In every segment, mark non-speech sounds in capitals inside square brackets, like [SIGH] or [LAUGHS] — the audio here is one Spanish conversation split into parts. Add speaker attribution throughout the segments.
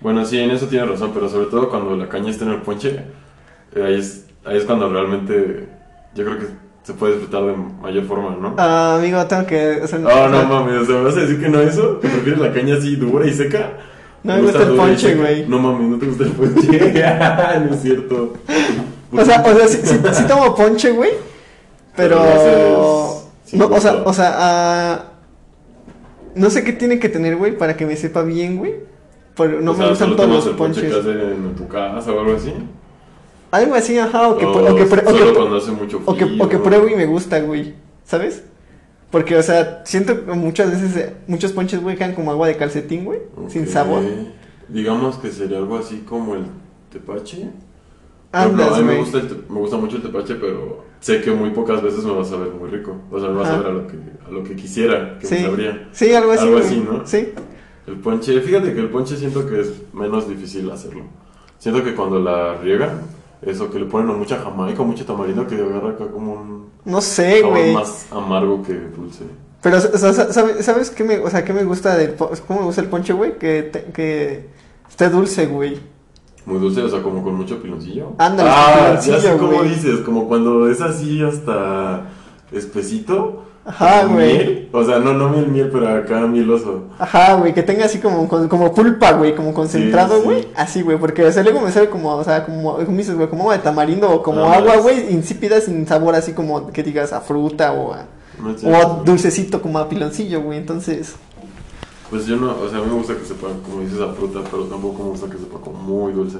Speaker 1: Bueno, sí, en eso tiene razón, pero sobre todo cuando la caña está en el ponche, eh, ahí, es, ahí es cuando realmente yo creo que se puede disfrutar de mayor forma, ¿no?
Speaker 2: Ah, amigo, tengo que. o sea,
Speaker 1: Oh, no mames, o sea, ¿me vas a decir que no a eso? ¿Que prefieres la caña así dura y seca?
Speaker 2: No me gusta el
Speaker 1: dura y
Speaker 2: ponche,
Speaker 1: seca.
Speaker 2: güey.
Speaker 1: No mames, no te gusta el
Speaker 2: [LAUGHS]
Speaker 1: ponche. [LAUGHS] no es cierto.
Speaker 2: O sea, o sea, sí, sí- sí tomo ponche, güey. Pero.
Speaker 1: Pero lo haces sin
Speaker 2: no, o sea,
Speaker 1: gusto.
Speaker 2: o sea, ah, no sé qué tiene que tener, güey, para que me sepa bien, güey. Pero no
Speaker 1: O
Speaker 2: me
Speaker 1: sea,
Speaker 2: gustan
Speaker 1: solo
Speaker 2: todos
Speaker 1: tomas
Speaker 2: los
Speaker 1: el ponche
Speaker 2: ponches.
Speaker 1: que hacen en tu casa o algo así.
Speaker 2: Algo así, ajá, o que,
Speaker 1: O
Speaker 2: o que, pre- o
Speaker 1: solo
Speaker 2: que-
Speaker 1: cuando hace mucho frío.
Speaker 2: o que, o que pruebo y me gusta, güey. ¿Sabes? Porque, o sea, siento que muchas veces, eh, muchos ponches, güey, quedan como agua de calcetín, güey. Sin
Speaker 1: Ok.
Speaker 2: sabor.
Speaker 1: Digamos que sería algo así como el tepache. Por ejemplo, a
Speaker 2: Andas,
Speaker 1: mí me
Speaker 2: Ah, güey.
Speaker 1: gusta, el te- me gusta mucho el tepache, pero sé que muy pocas veces me va a saber muy rico. O sea, me va a
Speaker 2: Ajá.
Speaker 1: saber a lo que, a lo que quisiera, que me
Speaker 2: Sí,
Speaker 1: sabría.
Speaker 2: sí, algo así.
Speaker 1: Algo
Speaker 2: güey.
Speaker 1: así, ¿no?
Speaker 2: Sí.
Speaker 1: El ponche, fíjate que el ponche siento que es menos difícil hacerlo. Siento que cuando la riega, eso que le ponen o mucha jamaica o mucho tamarindo que agarra acá como un
Speaker 2: No sé,
Speaker 1: sabor
Speaker 2: güey.
Speaker 1: más amargo que dulce.
Speaker 2: Pero, o sea, sa- sabe- ¿sabes qué me, o sea, qué me gusta del po- cómo me gusta el ponche, güey? Que, te- que esté dulce, güey.
Speaker 1: Muy dulce, o sea, como con mucho piloncillo.
Speaker 2: Ándale,
Speaker 1: ah,
Speaker 2: con piloncillo,
Speaker 1: ya sé cómo
Speaker 2: güey.
Speaker 1: dices, como cuando es así hasta espesito.
Speaker 2: Ajá,
Speaker 1: como
Speaker 2: güey.
Speaker 1: miel. O sea, no, no miel miel, pero acá mieloso.
Speaker 2: Ajá, güey, que tenga así como, con- como pulpa, güey, como concentrado,
Speaker 1: Sí, sí.
Speaker 2: güey. Así, güey, porque o sea, luego me sabe como, o sea, como, como dices, güey, como agua de tamarindo o como
Speaker 1: Ah,
Speaker 2: agua,
Speaker 1: es-
Speaker 2: güey, insípida, sin sabor, así como que digas a fruta o a,
Speaker 1: No sé.
Speaker 2: o a dulcecito, como a piloncillo, güey. Entonces,
Speaker 1: Pues yo no, o sea, a mí me gusta que sepa, como dices, a fruta, pero tampoco me gusta que sepa como muy dulce.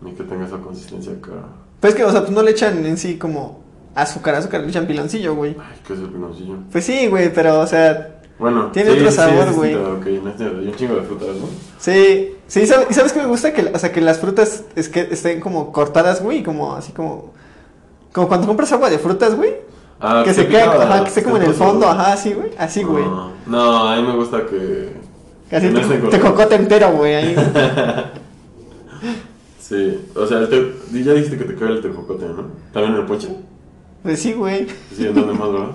Speaker 1: Ni que tenga esa consistencia acá.
Speaker 2: pues que, o sea, pues no le echan en sí como azúcar, azúcar, le echan piloncillo, güey.
Speaker 1: Ay, qué es el piloncillo.
Speaker 2: Pues sí, güey, pero, o sea,
Speaker 1: Bueno,
Speaker 2: Tiene otro
Speaker 1: es
Speaker 2: sabor,
Speaker 1: distinto,
Speaker 2: güey.
Speaker 1: Ok, no es cierto, hay un chingo de fruta, ¿no?
Speaker 2: Sí, sí, ¿sabes, ¿sabes qué me gusta? Que, la- o sea, que las frutas es que estén como cortadas, güey, como así como... Como cuando compras agua de frutas, güey.
Speaker 1: Ah,
Speaker 2: que se
Speaker 1: está
Speaker 2: queda,
Speaker 1: picada,
Speaker 2: ajá, que esté como en el
Speaker 1: está
Speaker 2: fondo,
Speaker 1: picada.
Speaker 2: ajá, así, güey. Así, güey.
Speaker 1: Ah, No, a mí me gusta que.
Speaker 2: [LAUGHS] Que así
Speaker 1: que no esté
Speaker 2: te, te
Speaker 1: cortada.
Speaker 2: cocota entero, güey. Ahí.
Speaker 1: Sí, o sea, el te- ya dijiste que te cae el tejocote, ¿no? ¿También en el ponche?
Speaker 2: Pues sí, güey.
Speaker 1: Sí, ¿en dónde más, verdad?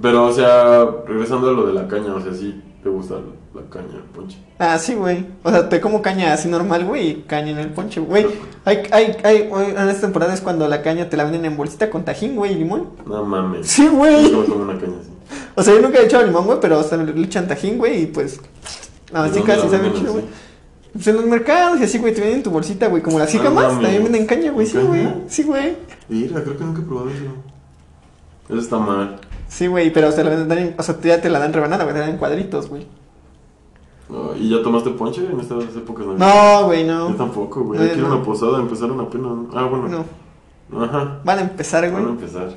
Speaker 1: Pero, o sea, regresando a lo de la caña, o sea, sí te gusta la caña, el ponche.
Speaker 2: Ah, sí, güey. O sea, te como caña así normal, güey, y caña en el ponche, güey. Hay, hay, hay, güey, en esta temporada es cuando la caña te la venden en bolsita con tajín, güey, y limón.
Speaker 1: No mames.
Speaker 2: Sí, güey.
Speaker 1: Yo me como una caña así.
Speaker 2: O sea, yo nunca he echado limón, güey, pero o sea, le echan tajín, güey, y pues...
Speaker 1: ¿Y
Speaker 2: Nada, sí,
Speaker 1: dónde la
Speaker 2: casi sabe
Speaker 1: venden
Speaker 2: chido,
Speaker 1: así?
Speaker 2: güey. Pues en los mercados y así, güey, te vienen tu bolsita, güey, como las
Speaker 1: Ah,
Speaker 2: jícamas,
Speaker 1: mames.
Speaker 2: también venden caña, güey, sí,
Speaker 1: ¿Caña?
Speaker 2: güey, sí, güey.
Speaker 1: Mira, creo que nunca he probado eso. Eso está mal.
Speaker 2: Sí, güey, pero te la venden, en- o sea, te- ya te la dan rebanada, güey, te la dan en cuadritos, güey.
Speaker 1: No, ¿Y ya tomaste ponche en estas épocas?
Speaker 2: No, güey, no.
Speaker 1: Pues, Yo tampoco, güey.
Speaker 2: No,
Speaker 1: Aquí era
Speaker 2: no.
Speaker 1: una posada, empezaron apenas. Ah, bueno.
Speaker 2: No,
Speaker 1: Ajá.
Speaker 2: van a empezar,
Speaker 1: Van a
Speaker 2: güey.
Speaker 1: empezar.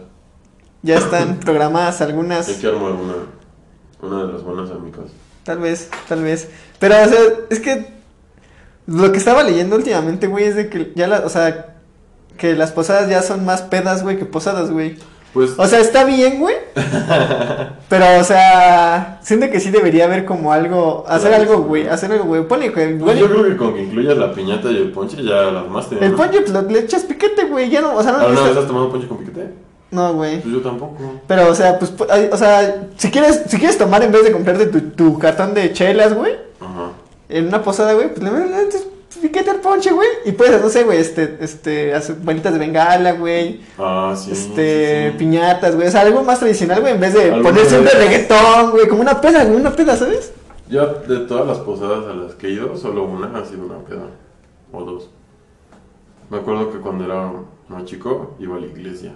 Speaker 1: [LAUGHS]
Speaker 2: Ya están programadas
Speaker 1: Hay
Speaker 2: algunas,
Speaker 1: que armar una, una de las buenas amigas.
Speaker 2: tal vez, tal vez. Pero, o sea, es que lo que estaba leyendo últimamente, güey, es de que ya la, o sea, que las posadas ya son más pedas, güey, que posadas, güey.
Speaker 1: Pues,
Speaker 2: O sea, está
Speaker 1: [LAUGHS]
Speaker 2: bien, güey. Pero, o sea, siento que sí debería haber como algo. Hacer
Speaker 1: Claro.
Speaker 2: algo, güey. Hacer algo, güey. Ponle, güey.
Speaker 1: pues
Speaker 2: güey,
Speaker 1: yo creo que con que incluyas la piñata y el ponche ya la armaste.
Speaker 2: El
Speaker 1: ¿no?
Speaker 2: ponche pues, lo- le echas piquete, güey. Ya no, o sea, no.
Speaker 1: ¿Alguna vez
Speaker 2: necesitas-
Speaker 1: has tomado ponche con piquete?
Speaker 2: No, güey.
Speaker 1: Pues yo tampoco.
Speaker 2: Pero, o sea, pues, pu- ay, o sea, si quieres, si quieres tomar en vez de comprarte tu, tu cartón de chelas, güey,
Speaker 1: Ajá.
Speaker 2: en una posada, güey, pues le metes piquete al ponche, güey. Y puedes, no sé, güey, este, este, hacer bolitas de bengala, güey.
Speaker 1: Ah, sí.
Speaker 2: Este,
Speaker 1: sí, sí.
Speaker 2: piñatas, güey, o sea, algo más tradicional, güey, en vez de
Speaker 1: Algo
Speaker 2: ponerse un
Speaker 1: más-
Speaker 2: reggaetón, güey, como una peda, güey, una peda, ¿sabes?
Speaker 1: Yo de todas las posadas a las que he ido, solo una ha sido una peda. O dos. Me acuerdo que cuando era más chico iba a la iglesia.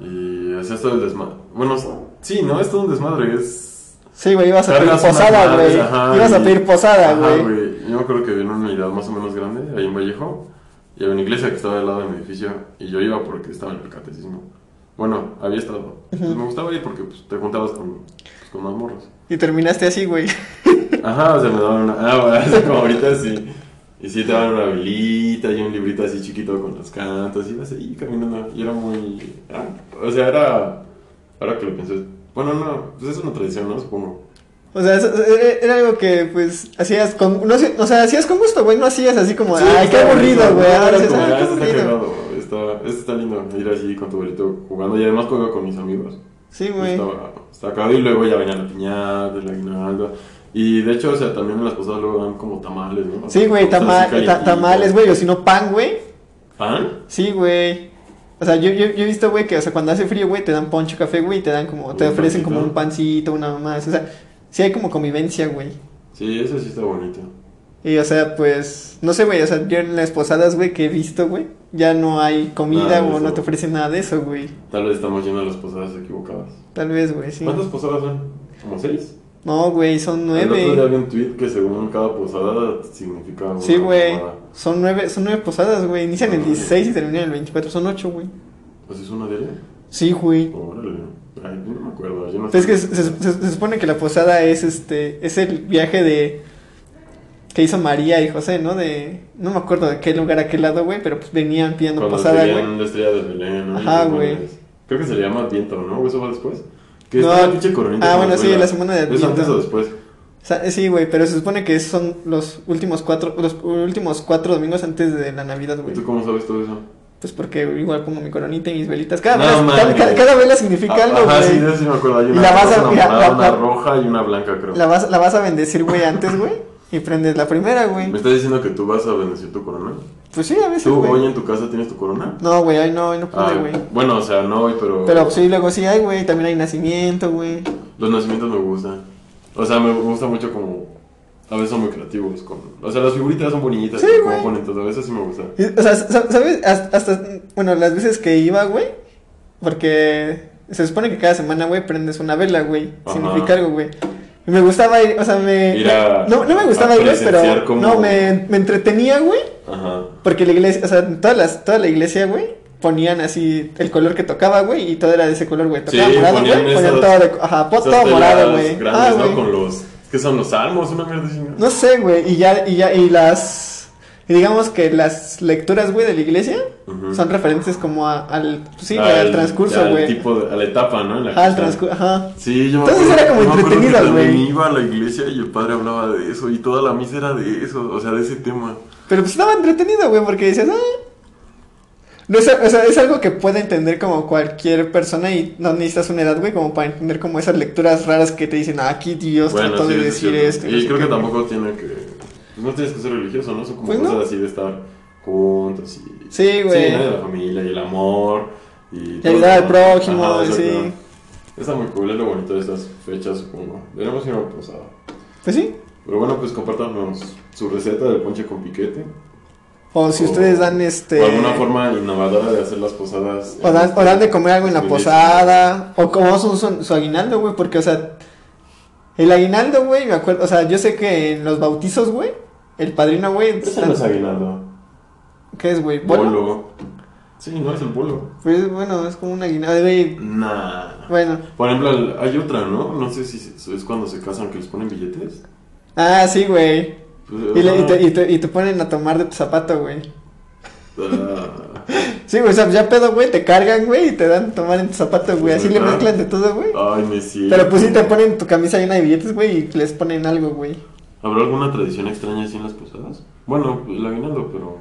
Speaker 1: Y hacía todo el desmadre. Bueno, sí, no es todo un desmadre, es
Speaker 2: Sí, güey, ibas a pedir
Speaker 1: Cargas unas
Speaker 2: posada,
Speaker 1: madres,
Speaker 2: güey.
Speaker 1: ajá,
Speaker 2: Ibas a
Speaker 1: y-
Speaker 2: pedir posada,
Speaker 1: ajá,
Speaker 2: güey.
Speaker 1: Yo me acuerdo que había una unidad más o menos grande ahí en Vallejo y había una iglesia que estaba al lado de mi edificio y yo iba porque estaba en el catecismo. Bueno, había estado. Pues me gustaba ir porque pues, te juntabas con, pues, con más morros.
Speaker 2: Y terminaste así, güey.
Speaker 1: Ajá, [LAUGHS] o sea, me daban una. Ah, bueno, así como ahorita sí. Y sí, te daban una velita y un librito así chiquito con los cantos. Y ibas ahí caminando. Y era muy. ah, o sea, era. Ahora que lo pensé. Bueno, no, pues es una tradición, ¿no? Supongo.
Speaker 2: O sea, eso- e, era- era algo que, pues, hacías con... No, sé, o sea, hacías con gusto, güey. No hacías así como,
Speaker 1: Sí,
Speaker 2: ay, qué
Speaker 1: está
Speaker 2: aburrido,
Speaker 1: bonito,
Speaker 2: güey.
Speaker 1: ¿no?
Speaker 2: Ahora
Speaker 1: Era
Speaker 2: dices,
Speaker 1: como,
Speaker 2: "Ay,
Speaker 1: "Ah,
Speaker 2: qué
Speaker 1: esto está
Speaker 2: aburrido".
Speaker 1: cagado, Está, esto está lindo, ir así con tu bolito jugando. Y además juego con mis amigos.
Speaker 2: Sí, güey.
Speaker 1: Estaba, estaba cagado. Y luego ya venía la piñata, el aguinaldo. Y de hecho, o sea, también en las posadas luego dan como tamales, ¿no? O
Speaker 2: Sí,
Speaker 1: sea,
Speaker 2: güey,
Speaker 1: cosas
Speaker 2: tama-
Speaker 1: así
Speaker 2: ta-
Speaker 1: calientitas.
Speaker 2: tamales, güey, o si no pan, güey.
Speaker 1: ¿Pan?
Speaker 2: Sí, güey. O sea, yo, yo, yo he visto, güey, que o sea, cuando hace frío, güey, te dan poncho café, güey, y te dan como, te
Speaker 1: Un
Speaker 2: ofrecen como
Speaker 1: pancito.
Speaker 2: un pancito, una mamá. O sea, sí hay como convivencia, güey.
Speaker 1: Sí, eso sí está bonito.
Speaker 2: Y, o sea, pues, no sé, güey, o sea, yo en las posadas, güey, que he visto, güey, ya no hay comida
Speaker 1: Nada de
Speaker 2: o no
Speaker 1: eso.
Speaker 2: te ofrecen nada de eso, güey.
Speaker 1: Tal vez estamos yendo a las posadas equivocadas.
Speaker 2: Tal vez, güey, sí.
Speaker 1: ¿Cuántas posadas son? ¿Como seis?
Speaker 2: No, güey, son
Speaker 1: El otro día
Speaker 2: nueve.
Speaker 1: vi un tweet que según cada posada significa una
Speaker 2: Sí, güey.
Speaker 1: mamada.
Speaker 2: Son nueve, son nueve posadas, güey. Inician el 16 y terminan el 24. Son ocho, güey.
Speaker 1: Pues es una de ellas.
Speaker 2: Sí, güey.
Speaker 1: Órale. Ay, yo no me acuerdo. Yo no
Speaker 2: Pues es
Speaker 1: sé.
Speaker 2: que se, se- se- se supone que la posada es este es el viaje de que hizo María y José, ¿no? De no me acuerdo de qué lugar a qué lado, güey, pero pues venían pidiendo
Speaker 1: Cuando
Speaker 2: posada,
Speaker 1: serían
Speaker 2: güey.
Speaker 1: la estrella de Belén, ¿no?
Speaker 2: Ajá,
Speaker 1: Y los
Speaker 2: güey.
Speaker 1: manes. Creo que se le llama Viento, ¿no? ¿O ¿Eso va después? Que
Speaker 2: No.
Speaker 1: está la pinche coronita
Speaker 2: Ah,
Speaker 1: que
Speaker 2: bueno,
Speaker 1: nos
Speaker 2: sí,
Speaker 1: vuela.
Speaker 2: la semana de
Speaker 1: ¿Es
Speaker 2: Adviento.
Speaker 1: antes o después?
Speaker 2: O sea, sí, güey, pero se supone que son los últimos cuatro los últimos cuatro domingos antes de la Navidad,
Speaker 1: ¿Y
Speaker 2: güey.
Speaker 1: tú cómo sabes todo eso?
Speaker 2: Pues porque igual pongo mi coronita y mis velitas. Cada,
Speaker 1: No
Speaker 2: vela,
Speaker 1: mames.
Speaker 2: cada, cada- cada vela significa
Speaker 1: Ah,
Speaker 2: algo,
Speaker 1: Ajá, sí,
Speaker 2: güey.
Speaker 1: de eso sí me acuerdo. Hay
Speaker 2: Y
Speaker 1: una,
Speaker 2: la vas
Speaker 1: rosa,
Speaker 2: a-
Speaker 1: una
Speaker 2: mira,
Speaker 1: morada,
Speaker 2: la-
Speaker 1: una
Speaker 2: la-
Speaker 1: roja y una blanca, creo.
Speaker 2: La vas, la vas a bendecir, güey, antes, güey. Y prendes la primera, güey.
Speaker 1: ¿Me estás diciendo que tú vas a bendecir tu corona?
Speaker 2: Pues sí, a veces,
Speaker 1: ¿Tú hoy
Speaker 2: güey.
Speaker 1: en tu casa tienes tu corona?
Speaker 2: No, güey, hoy no, hoy no
Speaker 1: Ah,
Speaker 2: pude, güey.
Speaker 1: bueno, o sea, no hoy, pero,
Speaker 2: Pero sí, luego sí hay, güey. También hay nacimiento, güey.
Speaker 1: los nacimientos me gustan. O sea, me gusta mucho como... A veces son muy creativos. Con, o sea, las figuritas son bonitas.
Speaker 2: Sí,
Speaker 1: como
Speaker 2: güey.
Speaker 1: ponen todo, eso sí me gusta.
Speaker 2: Y, O sea, sa- ¿sabes? Hasta, hasta, bueno, las veces que iba, güey. Porque se supone que cada semana, güey, prendes una vela, güey.
Speaker 1: Ajá.
Speaker 2: Significa algo, güey. Y Me gustaba ir, o sea, me...
Speaker 1: Ir a-
Speaker 2: no, no me
Speaker 1: a
Speaker 2: gustaba ir, güey,
Speaker 1: presenciar
Speaker 2: pero...
Speaker 1: cómo-
Speaker 2: No, me, me entretenía, güey.
Speaker 1: Ajá.
Speaker 2: Porque la iglesia, o sea, todas las, toda la iglesia, güey, ponían así el color que tocaba, güey, y todo era de ese color, güey. Tocaba
Speaker 1: Sí,
Speaker 2: morado,
Speaker 1: ponían
Speaker 2: güey.
Speaker 1: esas-
Speaker 2: Ponían todo de... Ajá, po-
Speaker 1: Esas
Speaker 2: todo
Speaker 1: telas
Speaker 2: morado, güey.
Speaker 1: grandes,
Speaker 2: Ah,
Speaker 1: ¿no?
Speaker 2: güey.
Speaker 1: Con los... ¿Qué son los salmos? Una mierda así.
Speaker 2: No sé, güey, y ya, y ya, y las, y digamos que las lecturas, güey, de la iglesia
Speaker 1: Ujú.
Speaker 2: son referentes como a- al, pues sí, güey,
Speaker 1: Al-
Speaker 2: al transcurso,
Speaker 1: al
Speaker 2: güey.
Speaker 1: tipo de- a la etapa, ¿no? En la
Speaker 2: Ajá, al
Speaker 1: que están.
Speaker 2: transcurso, ajá.
Speaker 1: Sí, yo me acuerdo-
Speaker 2: Entonces era como
Speaker 1: yo me acuerdo que
Speaker 2: entretenidas,
Speaker 1: también
Speaker 2: güey.
Speaker 1: iba a la iglesia y el padre hablaba de eso y toda la misa era de eso, o sea, de ese tema.
Speaker 2: Pero pues estaba entretenido, güey, porque dices, ah. No, es, o sea, es algo que puede entender como cualquier persona y no necesitas una edad, güey, como para entender como esas lecturas raras que te dicen, ah, aquí Dios trató
Speaker 1: sí,
Speaker 2: de
Speaker 1: eso es
Speaker 2: decir
Speaker 1: cierto.
Speaker 2: esto. no
Speaker 1: Y
Speaker 2: sé
Speaker 1: creo
Speaker 2: qué,
Speaker 1: que
Speaker 2: güey.
Speaker 1: tampoco tiene que. pues no tienes que ser religioso, ¿no? Son como
Speaker 2: Pues no.
Speaker 1: cosas así de estar juntos y.
Speaker 2: Sí, güey.
Speaker 1: ¿no? de la familia y el amor. Y, todo,
Speaker 2: ayudar al
Speaker 1: ¿no?
Speaker 2: prójimo, sí.
Speaker 1: exacto. Está muy cool, es lo bonito de estas fechas, supongo. Deberíamos ir a una posada.
Speaker 2: Pues sí.
Speaker 1: Pero bueno, pues compártanos su receta del ponche con piquete.
Speaker 2: O si
Speaker 1: O-
Speaker 2: ustedes dan este.
Speaker 1: O alguna forma innovadora de hacer las posadas. este
Speaker 2: O dan, o dan de comer algo en la
Speaker 1: 2019.
Speaker 2: posada. O como son su, su aguinaldo, güey. Porque, o sea, el aguinaldo, güey, me acuerdo. O sea, yo sé que en los bautizos, güey, el padrino, güey.
Speaker 1: Eso Este no es aguinaldo.
Speaker 2: ¿Qué es, güey?
Speaker 1: Bolo.
Speaker 2: ¿Bolo?
Speaker 1: Sí, no es el bolo.
Speaker 2: Pues bueno, es como un aguinaldo, güey.
Speaker 1: Nah.
Speaker 2: Bueno.
Speaker 1: Por ejemplo, el- hay otra, ¿no? No sé si se- es cuando se casan que les ponen billetes.
Speaker 2: Ah, sí, güey.
Speaker 1: Pues,
Speaker 2: Y, le- y te,
Speaker 1: ah,
Speaker 2: y te- y te ponen a tomar de tu zapato, güey.
Speaker 1: ah,
Speaker 2: Sí, güey, o sea, ya pedo, güey, te cargan, güey, y te dan a tomar en tu zapato, güey. Así le
Speaker 1: ¿Verdad?
Speaker 2: mezclan de todo, güey.
Speaker 1: Ay, me siento.
Speaker 2: Pero pues sí te ponen tu camisa llena de billetes, güey, y les ponen algo, güey.
Speaker 1: ¿Habrá alguna tradición extraña así en las posadas? Bueno, el aguinaldo, pero.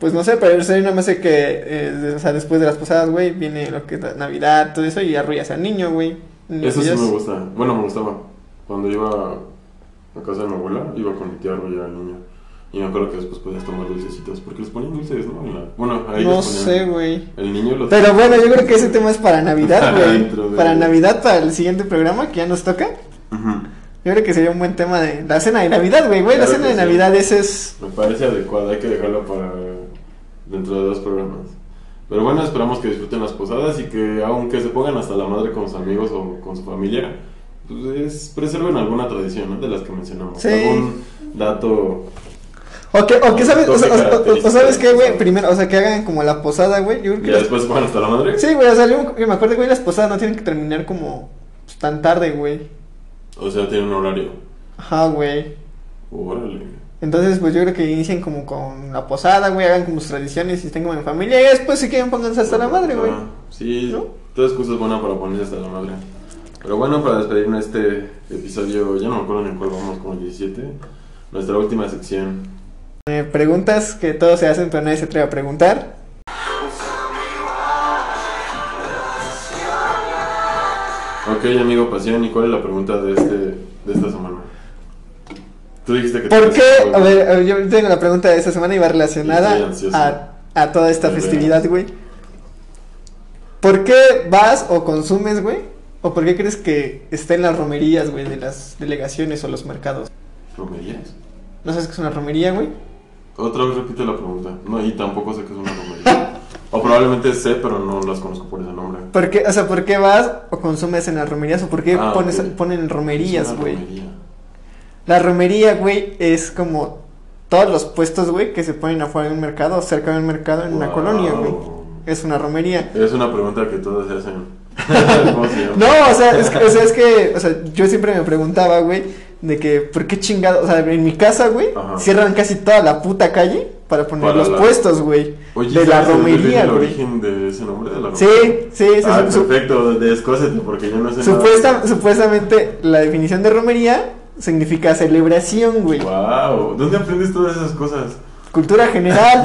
Speaker 2: Pues no sé, pero eso nada más sé que, eh, de- o sea, después de las posadas, güey, viene lo que es la Navidad, todo eso, y arrullas al niño, güey. Niño
Speaker 1: Eso sí
Speaker 2: Dios.
Speaker 1: me gusta. Bueno, me gustaba. Cuando iba a casa de mi abuela, iba con mi tía ya al niño. Y me acuerdo que después podías tomar dulcecitos. Porque les ponían dulces, ¿no? En la- Bueno, ahí
Speaker 2: No
Speaker 1: les ponían-
Speaker 2: sé, güey.
Speaker 1: El niño lo
Speaker 2: Pero bueno, yo creo que ese tema es para Navidad,
Speaker 1: [LAUGHS] Dentro
Speaker 2: güey.
Speaker 1: de-
Speaker 2: Para Navidad, para el siguiente programa que ya nos toca.
Speaker 1: Ujú.
Speaker 2: Yo creo que sería un buen tema de la cena de Navidad, güey. Güey, la
Speaker 1: Claro
Speaker 2: cena
Speaker 1: que
Speaker 2: de
Speaker 1: sí.
Speaker 2: Navidad ese es...
Speaker 1: Me parece adecuado, hay que dejarlo para dentro de dos programas. Pero bueno, esperamos que disfruten las posadas y que aunque se pongan hasta la madre con sus amigos o con su familia, pues preserven alguna tradición ¿no? de las que mencionamos.
Speaker 2: Sí.
Speaker 1: Algún dato.
Speaker 2: O que, o que
Speaker 1: No,
Speaker 2: sabes, o,
Speaker 1: toque
Speaker 2: o- o- o-
Speaker 1: característica
Speaker 2: sabes qué, güey,
Speaker 1: de-
Speaker 2: primero, o sea, que hagan como la posada, güey. Yo creo
Speaker 1: Y
Speaker 2: que... las-
Speaker 1: después se pongan hasta la madre.
Speaker 2: Sí, güey, o sea, yo, yo me acuerdo, güey, las posadas no tienen que terminar como pues, tan tarde, güey.
Speaker 1: O sea, tienen un horario.
Speaker 2: Ajá, güey.
Speaker 1: Órale.
Speaker 2: Entonces, pues yo creo que inicien como con la posada, güey, hagan como sus tradiciones y estén como en familia. Y después, si quieren, pónganse hasta la madre, güey.
Speaker 1: Ah, sí,
Speaker 2: ¿No?
Speaker 1: todas cosas buenas para ponerse hasta la madre. Pero bueno, para despedirnos de este episodio, ya no me acuerdo en cuál vamos, con el 17, nuestra última sección.
Speaker 2: Eh, preguntas que todos se hacen, pero nadie se atreve a preguntar.
Speaker 1: Ok, amigo Pasión, ¿y cuál es la pregunta de, este, de esta semana? Tú dijiste que...
Speaker 2: ¿Por
Speaker 1: tenías
Speaker 2: qué?
Speaker 1: algo,
Speaker 2: A
Speaker 1: güey.
Speaker 2: ver, a ver, yo tengo la pregunta de esta semana y va
Speaker 1: Estoy
Speaker 2: relacionada
Speaker 1: ansioso.
Speaker 2: a, a toda esta
Speaker 1: Estoy
Speaker 2: festividad, güey. ¿Por qué vas o consumes, güey? ¿O por qué crees que está en las romerías, güey, de las delegaciones o los mercados?
Speaker 1: ¿Romerías?
Speaker 2: ¿No sabes qué es una romería, güey?
Speaker 1: Otra vez repite la pregunta. No, y tampoco sé qué es una romería. o probablemente sé, pero no las conozco por ese nombre.
Speaker 2: ¿Por qué, o sea, ¿por qué vas o consumes en las romerías o por qué
Speaker 1: Ah,
Speaker 2: pones,
Speaker 1: ok.
Speaker 2: ponen
Speaker 1: Es
Speaker 2: romerías,
Speaker 1: una
Speaker 2: güey?
Speaker 1: romería.
Speaker 2: La romería, güey, es como todos los puestos, güey, que se ponen afuera de un mercado o cerca de un mercado en una
Speaker 1: Wow.
Speaker 2: colonia, güey. Es una romería.
Speaker 1: Es una pregunta que todos se
Speaker 2: [LAUGHS]
Speaker 1: hacen. ¿Cómo se llama?
Speaker 2: No, o sea, es que, o sea, es que, o sea, yo siempre me preguntaba, güey, de que, ¿por qué chingado? O sea, en mi casa, güey,
Speaker 1: Ajá.
Speaker 2: cierran casi toda la puta calle para poner
Speaker 1: Para
Speaker 2: los
Speaker 1: la-
Speaker 2: puestos, güey.
Speaker 1: Oye,
Speaker 2: De la
Speaker 1: ¿sabes dónde viene
Speaker 2: romería,
Speaker 1: el
Speaker 2: güey.
Speaker 1: origen de ese nombre de la
Speaker 2: Sí,
Speaker 1: romería?
Speaker 2: sí, sí.
Speaker 1: Ah,
Speaker 2: su- su-
Speaker 1: perfecto, descósete porque yo no sé
Speaker 2: supuesta- supuestamente, la definición de romería significa celebración, güey.
Speaker 1: nada. Wow, ¿dónde aprendes todas esas cosas?
Speaker 2: Cultura general,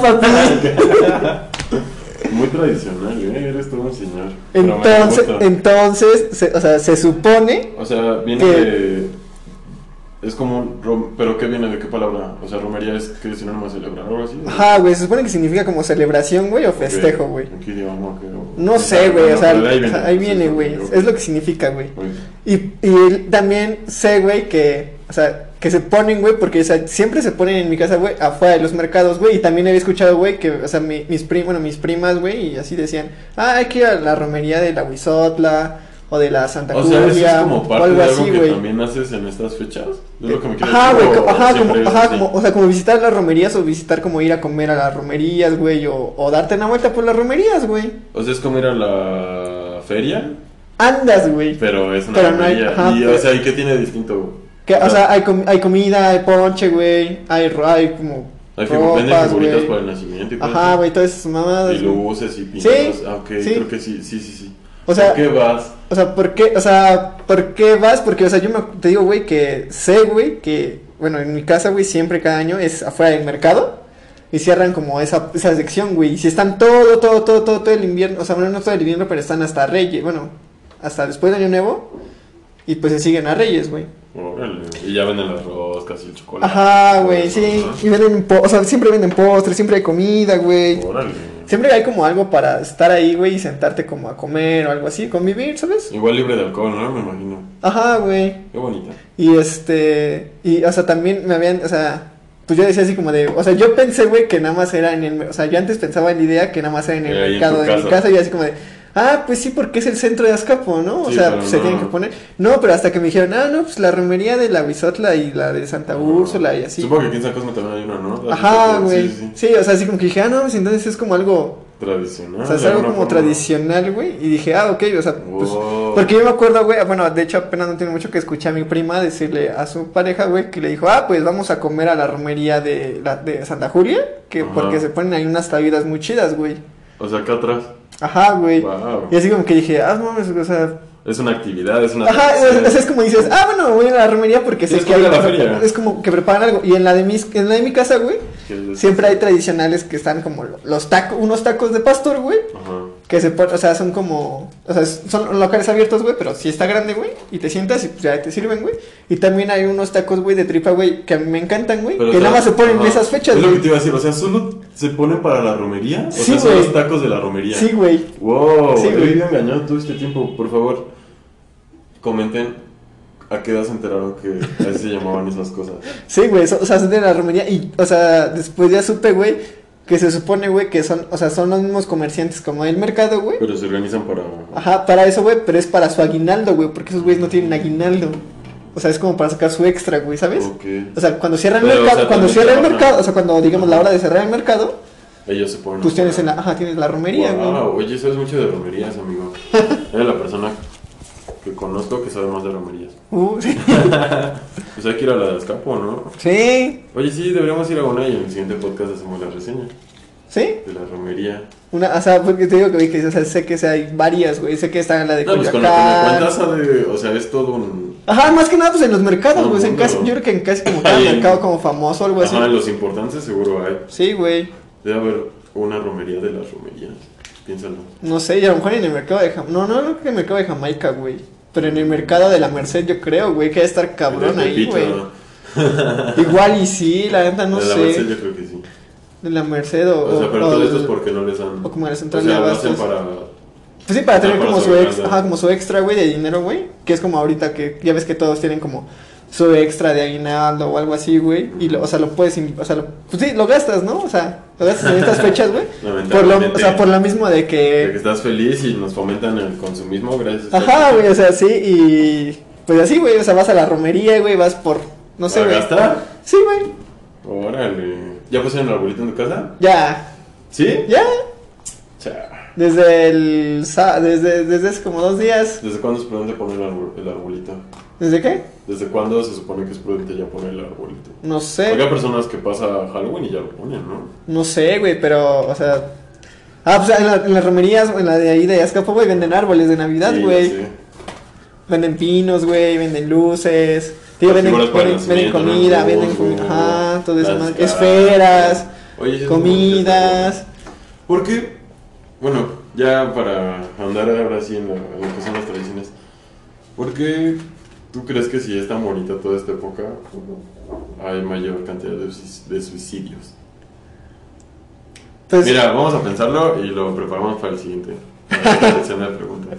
Speaker 1: [LAUGHS]
Speaker 2: papi.
Speaker 1: Muy tradicional, ¿eh? Eres todo un señor. Pero me
Speaker 2: entonces,
Speaker 1: gusta.
Speaker 2: entonces, se- o sea, se supone
Speaker 1: O sea, viene
Speaker 2: que-
Speaker 1: de... Es como un... rom- ¿Pero qué viene? ¿De qué palabra? O sea, romería es que sinónimo de celebrar o algo así.
Speaker 2: Ajá, güey, se supone que significa como celebración, güey, o festejo, güey.
Speaker 1: ¿En qué idioma? ¿Qué- o-
Speaker 2: No sé, güey, o
Speaker 1: Bueno,
Speaker 2: sea,
Speaker 1: pero de
Speaker 2: o sea, ahí
Speaker 1: Sí,
Speaker 2: viene,
Speaker 1: sí,
Speaker 2: güey.
Speaker 1: ok.
Speaker 2: Es lo que significa, güey.
Speaker 1: Pues,
Speaker 2: Y, y también sé, güey, que, o sea, que se ponen, güey, porque, o sea, siempre se ponen en mi casa, güey, afuera de los mercados, güey. Y también había escuchado, güey, que, o sea, mi- mis primos, bueno, mis primas, güey, y así decían, ah, hay que ir a la romería de la Huizotla o de la Santa
Speaker 1: O sea, eso es
Speaker 2: Curia
Speaker 1: como
Speaker 2: o
Speaker 1: parte
Speaker 2: algo
Speaker 1: de algo
Speaker 2: así,
Speaker 1: que
Speaker 2: güey. Eh,
Speaker 1: también haces en estas fechas. Es lo que me quieres
Speaker 2: Ajá,
Speaker 1: decir,
Speaker 2: güey,
Speaker 1: o
Speaker 2: co- ajá, como,
Speaker 1: siempre es
Speaker 2: ajá,
Speaker 1: así.
Speaker 2: como, o sea, como visitar las romerías o visitar como ir a comer a las romerías, güey, o, o darte una vuelta por las romerías, güey.
Speaker 1: O sea, es como ir a la feria,
Speaker 2: Andas, güey.
Speaker 1: pero es una
Speaker 2: Pero no hay-
Speaker 1: feria.
Speaker 2: ajá,
Speaker 1: y, o
Speaker 2: pero-
Speaker 1: sea, ¿y qué tiene de distinto?
Speaker 2: Que, o sea, hay, com- hay comida, hay ponche, güey. Hay, ro- hay como.
Speaker 1: hay figu- venden
Speaker 2: ropas,
Speaker 1: figuritas
Speaker 2: güey.
Speaker 1: para el nacimiento y cosas
Speaker 2: Ajá,
Speaker 1: así.
Speaker 2: güey, todas esas mamadas.
Speaker 1: Y
Speaker 2: güey.
Speaker 1: luces y pinturas. Ah, ok,
Speaker 2: sí.
Speaker 1: creo que sí, sí, sí, sí.
Speaker 2: O sea-
Speaker 1: ¿Por qué vas?
Speaker 2: O sea, ¿por qué? O sea, ¿por qué vas? Porque, o sea, yo me, te digo, güey, que sé, güey, que. Bueno, en mi casa, güey, siempre cada año es afuera del mercado. Y cierran como esa, esa sección, güey. Y si están todo, todo, todo, todo, todo el invierno. O sea, bueno, no todo el invierno, pero están hasta Reyes. Bueno, hasta después de Año Nuevo. Y pues se siguen a Reyes, güey.
Speaker 1: Órale. Y ya venden las roscas y el chocolate.
Speaker 2: Ajá, güey, sí.
Speaker 1: Ajá.
Speaker 2: Y venden, po- o sea, siempre venden postres, siempre hay comida, güey.
Speaker 1: Órale.
Speaker 2: Siempre hay como algo para estar ahí, güey, y sentarte como a comer o algo así, convivir, ¿sabes?
Speaker 1: Igual libre de alcohol, ¿no? Me imagino.
Speaker 2: Ajá, güey.
Speaker 1: Qué bonita.
Speaker 2: Y este, y o sea, también me habían, o sea, pues yo decía así como de, o sea, yo pensé, güey, que nada más era en el, o sea, yo antes pensaba en la idea que nada más era en el
Speaker 1: Eh, ahí en
Speaker 2: mercado
Speaker 1: tu
Speaker 2: de mi
Speaker 1: casa.
Speaker 2: casa y así como de, ah, pues sí, porque es el centro de Azcapo, ¿no? O
Speaker 1: Sí,
Speaker 2: sea,
Speaker 1: pero
Speaker 2: pues, se
Speaker 1: no.
Speaker 2: tienen que poner. No, pero hasta que me dijeron, ah, no, pues la romería de la Bisotla y la de Santa Úrsula y así.
Speaker 1: Ah, Supongo que aquí en San Cosme también hay una, ¿no?
Speaker 2: Ajá, güey.
Speaker 1: Sí, sí, sí.
Speaker 2: Sí, o sea, así como que dije, ah, no, pues entonces es como algo,
Speaker 1: Tradicional.
Speaker 2: o sea, es
Speaker 1: de
Speaker 2: algo
Speaker 1: alguna
Speaker 2: como
Speaker 1: forma.
Speaker 2: tradicional, güey. Y dije, ah, ok, o sea, pues.
Speaker 1: Wow.
Speaker 2: Porque yo me acuerdo, güey, bueno, de hecho apenas no tiene mucho que escuché a mi prima decirle a su pareja, güey, que le dijo, ah, pues vamos a comer a la romería de, la, de Santa Julia, que
Speaker 1: Ajá.
Speaker 2: porque se ponen ahí unas tabidas muy chidas, güey.
Speaker 1: O sea, acá atrás.
Speaker 2: Ajá, güey.
Speaker 1: Wow.
Speaker 2: Y así como que dije, ah, mames, o sea,
Speaker 1: Es una actividad, es una.
Speaker 2: ajá, o sea,
Speaker 1: tradición.
Speaker 2: es, como dices, ah, bueno, voy a la romería porque
Speaker 1: Sí,
Speaker 2: sé
Speaker 1: es
Speaker 2: que
Speaker 1: como
Speaker 2: hay,
Speaker 1: ir a la feria.
Speaker 2: es como que preparan algo. Y en la de mis, en la de mi casa, güey,
Speaker 1: Que es-
Speaker 2: siempre hay tradicionales que están como los tacos, unos tacos de pastor, güey.
Speaker 1: Ajá.
Speaker 2: Que se pon- o sea, son como, o sea, son locales abiertos, güey, pero si está grande, güey, y te sientas y pues, ya te sirven, güey. Y también hay unos tacos, güey, de tripa, güey, que a mí me encantan, güey,
Speaker 1: Pero,
Speaker 2: que
Speaker 1: o sea,
Speaker 2: nada más se ponen en
Speaker 1: ajá.
Speaker 2: esas fechas,
Speaker 1: Es lo que
Speaker 2: güey.
Speaker 1: te iba a decir, o sea, solo se ponen para la romería. O
Speaker 2: Sí,
Speaker 1: sea, son
Speaker 2: güey.
Speaker 1: los tacos de la romería.
Speaker 2: Sí, güey.
Speaker 1: Wow,
Speaker 2: Sí,
Speaker 1: he
Speaker 2: güey.
Speaker 1: vivido engañado todo este tiempo. Por favor, comenten a qué edad se enteraron que así se llamaban esas cosas.
Speaker 2: Sí, güey, so- o sea, son de la romería y, o sea, después ya supe, güey, que se supone, güey, que son, o sea, son los mismos comerciantes como del mercado, güey.
Speaker 1: Pero se organizan para.
Speaker 2: Ajá, para eso, güey, pero es para su aguinaldo, güey, porque esos güeyes no tienen aguinaldo. O sea, es como para sacar su extra, güey, ¿sabes?
Speaker 1: Ok.
Speaker 2: O sea, cuando cierran el
Speaker 1: Pero, o
Speaker 2: mercado,
Speaker 1: sea,
Speaker 2: cuando
Speaker 1: también
Speaker 2: cierra el
Speaker 1: trabajan.
Speaker 2: mercado, o sea, cuando digamos la hora de cerrar el mercado,
Speaker 1: Ellos se ponen.
Speaker 2: Pues tienes en la, ajá, tienes la romería, güey.
Speaker 1: Wow, oye, sabes mucho de romerías,
Speaker 2: [LAUGHS]
Speaker 1: amigo. Eres la persona que conozco que sabe más de romerías.
Speaker 2: Uh, sí. [LAUGHS]
Speaker 1: Pues hay que ir a la de Azcapo, ¿no?
Speaker 2: sí,
Speaker 1: Oye, sí, deberíamos ir a una y en el siguiente podcast hacemos la reseña
Speaker 2: sí.
Speaker 1: de la romería.
Speaker 2: Una, o sea, porque te digo que, güey, que, o sea, sé que sí hay varias, güey. Sé que está la de
Speaker 1: No, pues con lo que me
Speaker 2: Coyoacán.
Speaker 1: cuentas, sabe, o sea, es todo un...
Speaker 2: Ajá, más que nada, pues en los mercados,
Speaker 1: Todo
Speaker 2: güey. En
Speaker 1: mundo.
Speaker 2: casi, yo creo que en casi como cada
Speaker 1: Ahí en-
Speaker 2: mercado como famoso o algo así.
Speaker 1: Ajá, los importantes seguro hay.
Speaker 2: Sí, güey.
Speaker 1: Debe haber una romería de las romerías, piénsalo.
Speaker 2: No sé, y a lo mejor en el mercado de Jamaica. No, no, no creo que en el mercado de Jamaica, güey. Pero en el mercado de la Merced, yo creo, güey, que debe estar cabrón
Speaker 1: De
Speaker 2: ahí,
Speaker 1: Tepito,
Speaker 2: güey.
Speaker 1: ¿no?
Speaker 2: Igual y sí, la neta no
Speaker 1: de la
Speaker 2: sé.
Speaker 1: Merced yo creo que sí.
Speaker 2: De la Merced o.
Speaker 1: O sea, pero
Speaker 2: o-
Speaker 1: todo esto es porque no les dan.
Speaker 2: o como la central
Speaker 1: o sea,
Speaker 2: de
Speaker 1: lo hacen
Speaker 2: abastos.
Speaker 1: para.
Speaker 2: Pues sí, para
Speaker 1: Ah,
Speaker 2: tener
Speaker 1: para
Speaker 2: como, su
Speaker 1: sobrevivir,
Speaker 2: ex,
Speaker 1: ¿no?
Speaker 2: ajá, como su extra, güey, de dinero, güey. Que es como ahorita que ya ves que todos tienen como su extra de aguinaldo o algo así, güey. Y, lo, o sea, lo puedes, in- o sea, lo- pues sí, lo gastas, ¿no? O sea, lo gastas en estas fechas,
Speaker 1: [LAUGHS]
Speaker 2: güey. Por lo,
Speaker 1: Lamentablemente.
Speaker 2: o sea, por lo mismo de
Speaker 1: de que
Speaker 2: que...
Speaker 1: estás feliz y nos fomentan el consumismo gracias. a-
Speaker 2: Eh. Ajá, güey, o sea, sí, y... Pues así, güey, o sea, vas a la romería, güey, vas por... No sé,
Speaker 1: ¿Para
Speaker 2: güey.
Speaker 1: gastar?
Speaker 2: Sí, güey.
Speaker 1: Órale. ¿Ya pusieron el arbolito en tu casa?
Speaker 2: Ya,
Speaker 1: ¿Sí?
Speaker 2: ya.
Speaker 1: Cha.
Speaker 2: Desde el... sa- Desde, desde hace como dos días.
Speaker 1: ¿Desde cuándo es prudente poner el, arbol- el arbolito?
Speaker 2: ¿Desde qué?
Speaker 1: ¿Desde cuándo se supone que es prudente ya poner el arbolito?
Speaker 2: No sé.
Speaker 1: Porque hay personas que pasa Halloween y ya lo ponen, ¿no?
Speaker 2: No sé, güey, pero, o sea. Ah, pues en, la- en las romerías, en la de ahí de Azcapo, güey, venden árboles de Navidad,
Speaker 1: Sí,
Speaker 2: güey.
Speaker 1: sí.
Speaker 2: Venden pinos, güey, venden luces. Digo,
Speaker 1: Las
Speaker 2: venden,
Speaker 1: figuras para el
Speaker 2: venden- venden
Speaker 1: nacimiento, ¿no?
Speaker 2: comida,
Speaker 1: El
Speaker 2: venden
Speaker 1: oso,
Speaker 2: comida, ajá, todo eso
Speaker 1: las
Speaker 2: más.
Speaker 1: caras.
Speaker 2: Esferas,
Speaker 1: Oye, eso es muy
Speaker 2: comidas.
Speaker 1: ¿Por qué? Bueno, ya para andar ahora sí en, la- en lo que son las tradiciones, ¿por qué tú crees que si es tan bonita toda esta época hay mayor cantidad de, suic- de suicidios?
Speaker 2: Pues,
Speaker 1: Mira, vamos a pensarlo y lo preparamos para el siguiente. Para la sección de preguntas.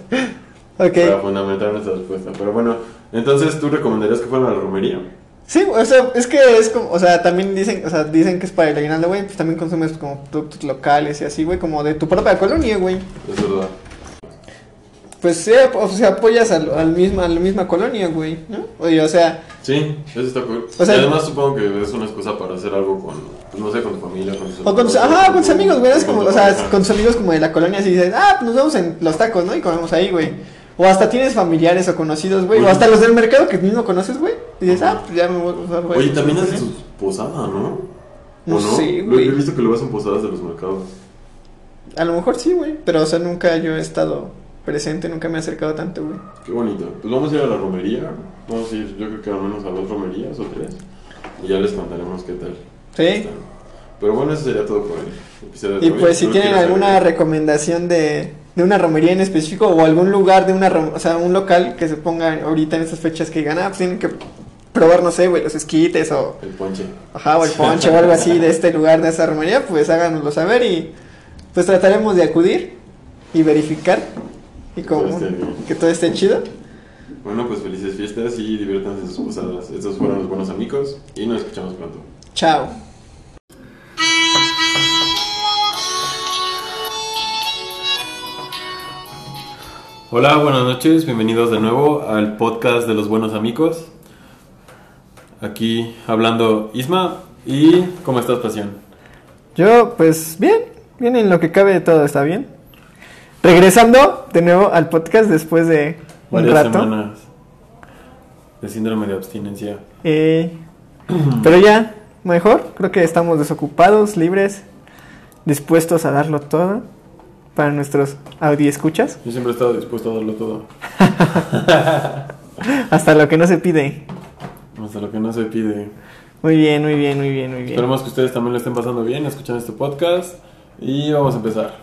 Speaker 1: Para
Speaker 2: [LAUGHS] ok.
Speaker 1: fundamentar nuestra respuesta. Pero bueno, entonces tú recomendarías que fueran a la romería.
Speaker 2: Sí, o sea, es que es como, o sea, también dicen, o sea, dicen que es para el aguinaldo, güey, pues también consumes como productos locales y así, güey, como de tu propia colonia, güey.
Speaker 1: Es verdad.
Speaker 2: Pues sí, o sea, apoyas al, al misma, a la misma colonia, güey, ¿no? Oye, o sea,
Speaker 1: Sí, eso está cool.
Speaker 2: O sea-
Speaker 1: y además supongo que es una excusa para hacer algo con, pues, no sé, con tu familia, con tus
Speaker 2: O con tus,
Speaker 1: amigos,
Speaker 2: ajá, con tus amigos, güey, es
Speaker 1: con
Speaker 2: como,
Speaker 1: tu
Speaker 2: o sea,
Speaker 1: pareja.
Speaker 2: con tus amigos como de la colonia, así dices, ah, pues nos vemos en los tacos, ¿no? Y comemos ahí, güey. O hasta tienes familiares o conocidos, güey, o
Speaker 1: Oye.
Speaker 2: hasta los del mercado que mismo conoces, güey. Y dices, ah, pues ya me voy a
Speaker 1: Oye, también hacen sus posadas, ¿no?
Speaker 2: No
Speaker 1: ¿O
Speaker 2: sé,
Speaker 1: Lo-
Speaker 2: güey.
Speaker 1: Yo he visto que lo hacen posadas de los mercados.
Speaker 2: A lo mejor sí, güey, pero, o sea, nunca yo he estado presente, nunca me he acercado tanto, güey.
Speaker 1: Qué bonito. Pues vamos a ir a la romería. Vamos a ir, yo creo que al menos a dos romerías o tres. Y ya les contaremos qué tal.
Speaker 2: ¿Sí?
Speaker 1: están. Pero bueno, eso sería todo por el episodio de
Speaker 2: Y
Speaker 1: hoy.
Speaker 2: pues si
Speaker 1: Solo
Speaker 2: tienen
Speaker 1: quiero
Speaker 2: alguna
Speaker 1: saber-
Speaker 2: recomendación de, de una romería en específico o algún lugar de una, rom- o sea, un local que se ponga ahorita en estas fechas que digan, ah, pues tienen que probar, no sé, güey, los esquites o...
Speaker 1: El ponche.
Speaker 2: Ajá, o el ponche o algo así de este lugar, de esa romería, pues háganoslo saber y pues trataremos de acudir y verificar y como
Speaker 1: todo esté bien.
Speaker 2: que todo esté chido.
Speaker 1: Bueno, pues felices fiestas y diviértanse en sus posadas. Estos fueron los buenos amigos y nos escuchamos pronto.
Speaker 2: Chao.
Speaker 1: Hola, buenas noches, bienvenidos de nuevo al podcast de los buenos amigos. Aquí hablando Isma y ¿cómo estás, Pasión?
Speaker 2: Yo, pues bien, bien en lo que cabe de todo, está bien. Regresando de nuevo al podcast después de un
Speaker 1: Varias
Speaker 2: rato.
Speaker 1: semanas de síndrome de abstinencia.
Speaker 2: Eh, pero ya, mejor, creo que estamos desocupados, libres, dispuestos a darlo todo para nuestros escuchas
Speaker 1: Yo siempre he estado dispuesto a darlo todo,
Speaker 2: hasta lo que no se pide.
Speaker 1: hasta lo que no se pide.
Speaker 2: Muy bien, muy bien, muy bien, muy bien.
Speaker 1: Esperemos que ustedes también lo estén pasando bien, escuchando este podcast y vamos a empezar.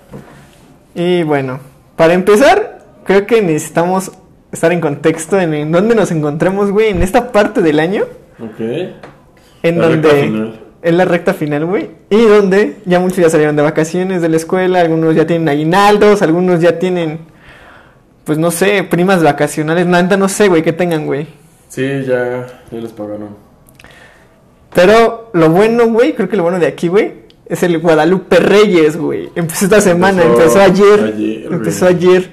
Speaker 2: Y bueno, para empezar, creo que necesitamos estar en contexto en, en dónde nos encontramos, güey, en esta parte del año,
Speaker 1: Ok.
Speaker 2: en
Speaker 1: La recta
Speaker 2: donde
Speaker 1: final.
Speaker 2: en la recta final, güey, y donde ya muchos ya salieron de vacaciones de la escuela, algunos ya tienen aguinaldos, algunos ya tienen pues no sé, primas vacacionales, nada, no sé, güey, que tengan, güey.
Speaker 1: Sí, ya, ya les pagaron.
Speaker 2: Pero lo bueno, güey, creo que lo bueno de aquí, güey, es el Guadalupe Reyes, güey. Empezó esta semana, empezó,
Speaker 1: Empezó
Speaker 2: ayer.
Speaker 1: ayer, güey.
Speaker 2: empezó ayer.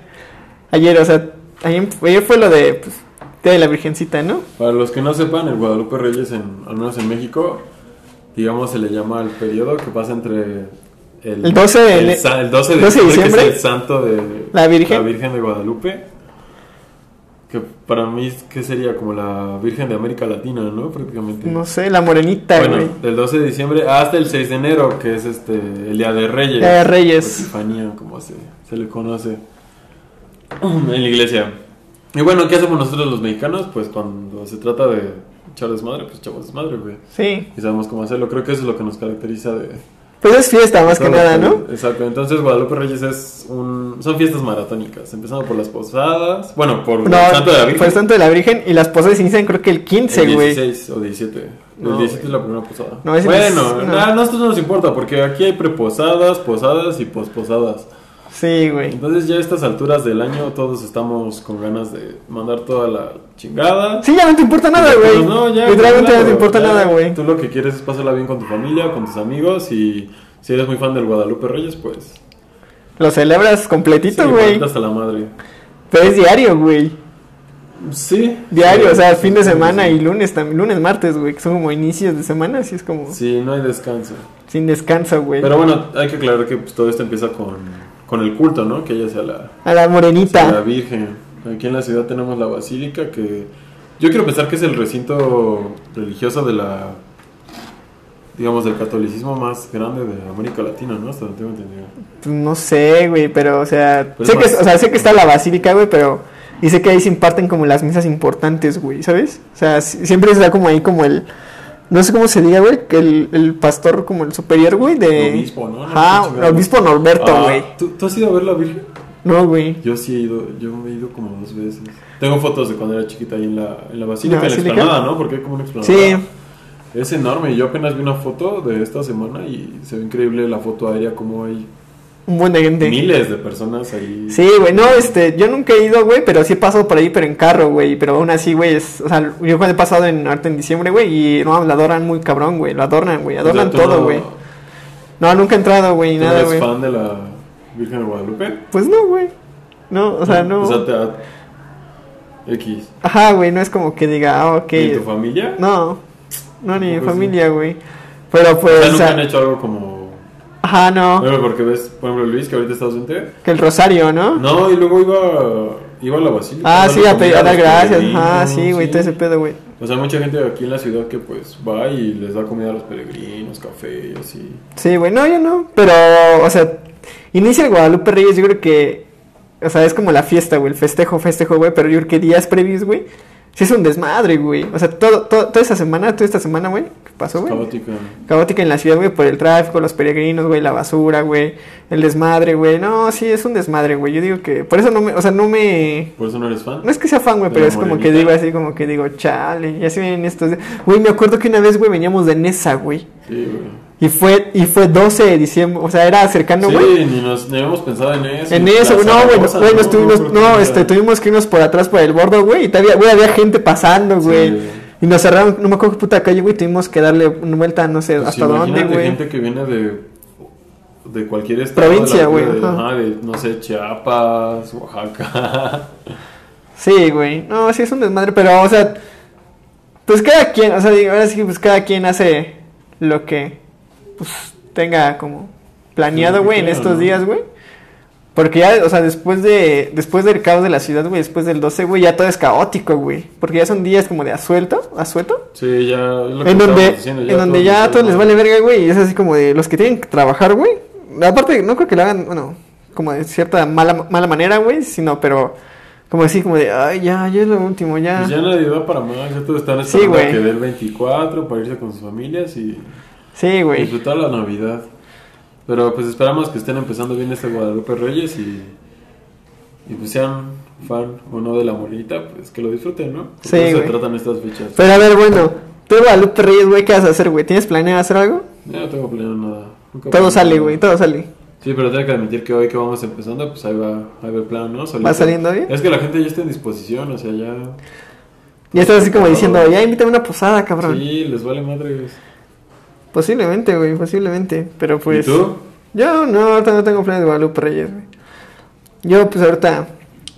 Speaker 2: Ayer, o sea, ayer, ayer fue lo de, pues, Día de la Virgencita, ¿no?
Speaker 1: Para los que no sepan, el Guadalupe Reyes, en, al menos en México, digamos se le llama al periodo que pasa entre
Speaker 2: El 12 de
Speaker 1: el
Speaker 2: ene-
Speaker 1: sa- el 12 de
Speaker 2: 12
Speaker 1: diciembre,
Speaker 2: de
Speaker 1: que
Speaker 2: diciembre.
Speaker 1: es el santo de
Speaker 2: La Virgen.
Speaker 1: de Guadalupe, que para mí es- que sería como la Virgen de América Latina, ¿no? Prácticamente.
Speaker 2: No sé, la morenita,
Speaker 1: bueno,
Speaker 2: güey.
Speaker 1: del 12 de diciembre hasta el 6 de enero, que es este el Día de Reyes.
Speaker 2: Día de Reyes.
Speaker 1: o Epifanía, como se, se le conoce [CLEARS THROAT] en la iglesia. Y bueno, ¿qué hacemos nosotros los mexicanos? Pues cuando se trata de echar desmadre, pues echamos desmadre, güey.
Speaker 2: Sí.
Speaker 1: Y sabemos cómo hacerlo. Creo que eso es lo que nos caracteriza de...
Speaker 2: Pues es fiesta, más que
Speaker 1: Todo,
Speaker 2: nada,
Speaker 1: todo.
Speaker 2: ¿no?
Speaker 1: Exacto. Entonces, Guadalupe Reyes es un... Son fiestas maratónicas. Empezando por las posadas. Bueno, por
Speaker 2: No,
Speaker 1: el Santo de la Virgen.
Speaker 2: fue el santo de la Virgen y las posadas se inician creo que el
Speaker 1: el
Speaker 2: 15, güey.
Speaker 1: 16 o 17. El 17 es la primera posada.
Speaker 2: No, ese
Speaker 1: bueno,
Speaker 2: no es-
Speaker 1: no.
Speaker 2: no.
Speaker 1: a nosotros no nos importa porque aquí hay preposadas, posadas y posposadas.
Speaker 2: Sí, güey.
Speaker 1: Entonces ya a estas alturas del año todos estamos con ganas de mandar toda la chingada.
Speaker 2: Sí, ya no te importa nada, güey.
Speaker 1: Pues no, ya,
Speaker 2: Literalmente
Speaker 1: claro,
Speaker 2: no te importa
Speaker 1: ya,
Speaker 2: nada, güey.
Speaker 1: Tú lo que quieres es pasarla bien con tu familia, con tus amigos y si eres muy fan del Guadalupe Reyes, pues...
Speaker 2: Lo celebras
Speaker 1: sí,
Speaker 2: completito, güey.
Speaker 1: hasta la madre.
Speaker 2: Pero es diario, güey.
Speaker 1: Sí.
Speaker 2: Diario,
Speaker 1: Sí,
Speaker 2: o sea,
Speaker 1: sí,
Speaker 2: fin de
Speaker 1: sí,
Speaker 2: semana
Speaker 1: sí.
Speaker 2: y lunes también. Lunes, martes, güey, que son como inicios de semana, así es como
Speaker 1: Sí, no hay descanso.
Speaker 2: sin descanso, güey.
Speaker 1: Pero bueno, hay que aclarar que pues, todo esto empieza con, con el culto, ¿no? Que ella sea la, sea
Speaker 2: A la
Speaker 1: la
Speaker 2: morenita.
Speaker 1: Virgen. Aquí en la ciudad tenemos la basílica que yo quiero pensar que es el recinto religioso de la digamos del catolicismo más grande de América Latina, ¿no? Hasta donde tengo entendido.
Speaker 2: Pues No sé, güey, pero o sea,
Speaker 1: Pues
Speaker 2: sé
Speaker 1: más-
Speaker 2: que, o sea, sé que está la basílica, güey, pero y sé que ahí se imparten como las misas importantes, güey, ¿sabes? O sea, si- siempre está como ahí como el no sé cómo se diga, güey, que el, el pastor como el superior, güey, de
Speaker 1: Obispo, ¿no? No,
Speaker 2: Eh, Ajá,
Speaker 1: no, no, no.
Speaker 2: obispo Norberto,
Speaker 1: Ah,
Speaker 2: güey.
Speaker 1: ¿tú, tú has ido a ver la Virgen?
Speaker 2: No, güey.
Speaker 1: Yo sí he ido, yo me he ido como dos veces. Tengo fotos de cuando era chiquita ahí en la, en la basílica,
Speaker 2: ¿La
Speaker 1: en la
Speaker 2: basílica?
Speaker 1: explanada, ¿no? Porque hay como una explanada.
Speaker 2: Sí,
Speaker 1: Es enorme. Yo apenas vi una foto de esta semana y se ve increíble la foto aérea como hay
Speaker 2: un buen de gente.
Speaker 1: miles de personas ahí.
Speaker 2: Sí, güey, no, este, yo nunca he ido, güey, pero sí he pasado por ahí, pero en carro, güey, pero aún así, güey, es, o sea, yo cuando he pasado en, ahorita en diciembre, güey, y no, la adoran muy cabrón, güey, lo adornan, güey,
Speaker 1: O sea,
Speaker 2: adornan
Speaker 1: tú
Speaker 2: todo,
Speaker 1: no-
Speaker 2: güey. No, nunca he entrado, güey, ni
Speaker 1: ¿Tú
Speaker 2: nada,
Speaker 1: eres
Speaker 2: güey.
Speaker 1: fan de la Virgen de Guadalupe?
Speaker 2: Pues no, güey, no, o sea, no.
Speaker 1: Mm, O sea, te... X.
Speaker 2: Ajá, güey, no es como que diga, ah, ok.
Speaker 1: ¿Y tu familia?
Speaker 2: No, no, ni mi
Speaker 1: Tampoco así.
Speaker 2: familia, güey. Pero
Speaker 1: O sea,
Speaker 2: pues, o
Speaker 1: nunca
Speaker 2: sea,
Speaker 1: han hecho algo como...
Speaker 2: ajá, no,
Speaker 1: Bueno, porque ves, por ejemplo, Luis, que ahorita está ausente.
Speaker 2: que el rosario, ¿no?
Speaker 1: No, y luego iba, iba a la basílica.
Speaker 2: Ah,
Speaker 1: darle
Speaker 2: sí, a,
Speaker 1: comida
Speaker 2: pedir, a dar
Speaker 1: los
Speaker 2: gracias,
Speaker 1: peregrinos,
Speaker 2: ajá, sí, güey, todo ese pedo, güey.
Speaker 1: O sea, mucha gente aquí en la ciudad que pues va y les da comida a los peregrinos, café y así.
Speaker 2: Sí, güey, no, yo no. Pero, o sea, inicia el Guadalupe Reyes, yo creo que. O sea, es como la fiesta, güey, el festejo, festejo, güey, pero yo creo que días previos, güey. Sí es un desmadre, güey. O sea, todo, todo- toda esta semana, toda esta semana, güey, ¿qué pasó, güey?
Speaker 1: Caótica.
Speaker 2: Caótica en la ciudad, güey, por el tráfico, los peregrinos, güey, la basura, güey, el desmadre, güey. No, sí, es un desmadre, güey. Yo digo que. Por eso no me. O sea, no me.
Speaker 1: ¿Por eso no eres fan?
Speaker 2: No es que sea fan, güey,
Speaker 1: De
Speaker 2: pero
Speaker 1: la
Speaker 2: es como que
Speaker 1: morenita.
Speaker 2: digo así, como que digo, chale, ya se vienen estos días. Güey, me acuerdo que una vez, güey, veníamos de Nesa, güey.
Speaker 1: Sí, güey.
Speaker 2: Y fue, y fue 12 de diciembre, o sea, era cercano,
Speaker 1: sí,
Speaker 2: güey.
Speaker 1: ni nos ni habíamos pensado en eso.
Speaker 2: en
Speaker 1: ni
Speaker 2: eso,
Speaker 1: las
Speaker 2: güey, no, güey,
Speaker 1: cosas,
Speaker 2: no, güey, nos tuvimos,
Speaker 1: Creo que
Speaker 2: no,
Speaker 1: era-
Speaker 2: este, tuvimos que irnos por atrás, por el bordo, güey, y todavía, güey, había gente pasando, güey.
Speaker 1: Sí.
Speaker 2: Y nos cerraron, no me acuerdo qué puta calle, güey, tuvimos que darle una vuelta, no sé,
Speaker 1: Pues
Speaker 2: hasta dónde,
Speaker 1: imagínate
Speaker 2: güey.
Speaker 1: gente que viene de de cualquier estado
Speaker 2: Provincia,
Speaker 1: de la-
Speaker 2: güey,
Speaker 1: de-
Speaker 2: ajá.
Speaker 1: ajá, de no sé, Chiapas, Oaxaca. [LAUGHS]
Speaker 2: Sí, güey, no, sí es un desmadre, pero, o sea, pues cada quien, o sea, digo, ahora sí, que, pues cada quien hace lo que, pues, tenga como
Speaker 1: Sí,
Speaker 2: planeado,
Speaker 1: lo que
Speaker 2: güey, en
Speaker 1: quiera,
Speaker 2: estos
Speaker 1: ¿no?
Speaker 2: días, güey. Porque ya, o sea, después de, después del caos de la ciudad, güey, después del 12, güey, ya todo es caótico, güey. Porque ya son días como de asuelto, asuelto.
Speaker 1: Sí, ya es lo que
Speaker 2: En donde,
Speaker 1: estábamos diciendo,
Speaker 2: en donde
Speaker 1: todos
Speaker 2: ya a
Speaker 1: están-
Speaker 2: todos les vale verga, güey, y es así como de los que tienen que trabajar, güey. Aparte, no creo que lo hagan, bueno, como de cierta mala, mala manera, güey, sino, pero como así, como de, ay, ya, ya es lo último, ya.
Speaker 1: Pues ya nadie va para más, ya todos están
Speaker 2: Sí,
Speaker 1: esperando a
Speaker 2: güey.
Speaker 1: que dé el 24 para irse con sus familias y
Speaker 2: Sí, güey.
Speaker 1: disfrutar la Navidad. Pero pues esperamos que estén empezando bien este Guadalupe Reyes y, y pues sean fan o no de la morita, pues que lo disfruten, ¿no? Porque
Speaker 2: Sí,
Speaker 1: de eso se
Speaker 2: güey.
Speaker 1: tratan estas fechas.
Speaker 2: Pero a ver, bueno, tú, Guadalupe Reyes, güey, ¿qué vas a hacer, güey? ¿Tienes planeado hacer algo?
Speaker 1: Yo no tengo planeado nada. Nunca
Speaker 2: Todo
Speaker 1: planeo
Speaker 2: sale,
Speaker 1: nada.
Speaker 2: güey, todo sale.
Speaker 1: Sí, pero tengo que admitir que hoy que vamos empezando, pues ahí va, ahí va el plan, ¿no? Solito.
Speaker 2: ¿Va saliendo bien?
Speaker 1: Es que la gente ya está en disposición, o sea, ya...
Speaker 2: Ya estás así como diciendo, ya invítame a una posada, cabrón.
Speaker 1: Sí, les vale madre.
Speaker 2: Posiblemente, güey, posiblemente. Pero pues.
Speaker 1: ¿Y tú?
Speaker 2: Yo no, ahorita no tengo planes de Guadalupe Reyes, güey. Yo, pues ahorita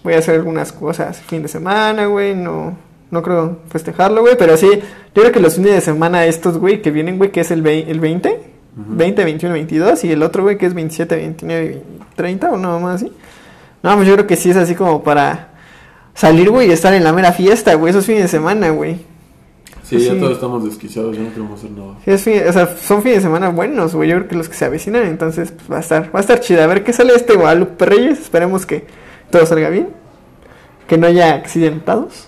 Speaker 2: voy a hacer algunas cosas el fin de semana, güey. No, no creo festejarlo, güey. Pero sí, yo creo que los fines de semana estos, güey, que vienen, güey, que es el, vei- el 20,
Speaker 1: Ujú.
Speaker 2: 20, 21, 22. Y el otro, güey, que es 27, 29, 30 o no más así. No, pues yo creo que sí es así como para salir, güey, y estar en la mera fiesta, güey. Esos fines de semana, güey.
Speaker 1: Sí,
Speaker 2: Sí.
Speaker 1: ya todos estamos desquiciados, ya no queremos hacer nada.
Speaker 2: Sí, es fin- o sea, son fines de semana buenos, güey. Yo creo que los que se avecinan, entonces pues, va a estar, va a estar chida. A ver qué sale este Guadalupe Reyes. Esperemos que todo salga bien, que no haya accidentados.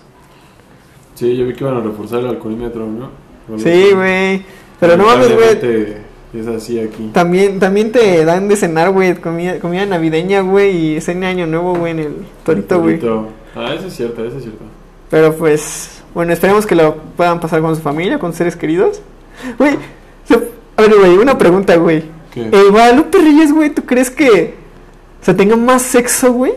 Speaker 1: Sí, yo vi que iban a reforzar el alcoholímetro, ¿no? Algo
Speaker 2: Sí,
Speaker 1: así.
Speaker 2: güey. Pero no mames, güey.
Speaker 1: Lamentablemente, Es así aquí.
Speaker 2: También, también te dan de cenar, güey, comida, comida navideña, güey, y cena de año nuevo, güey, en el torito, güey.
Speaker 1: Torito. Ah, eso es cierto, eso es cierto.
Speaker 2: Pero pues, bueno, esperemos que lo puedan pasar con su familia, con seres queridos. Güey, se- a ver, güey, una pregunta, güey.
Speaker 1: ¿Qué?
Speaker 2: Eh, Guadalupe Reyes, güey, ¿tú crees que se tenga más sexo, güey?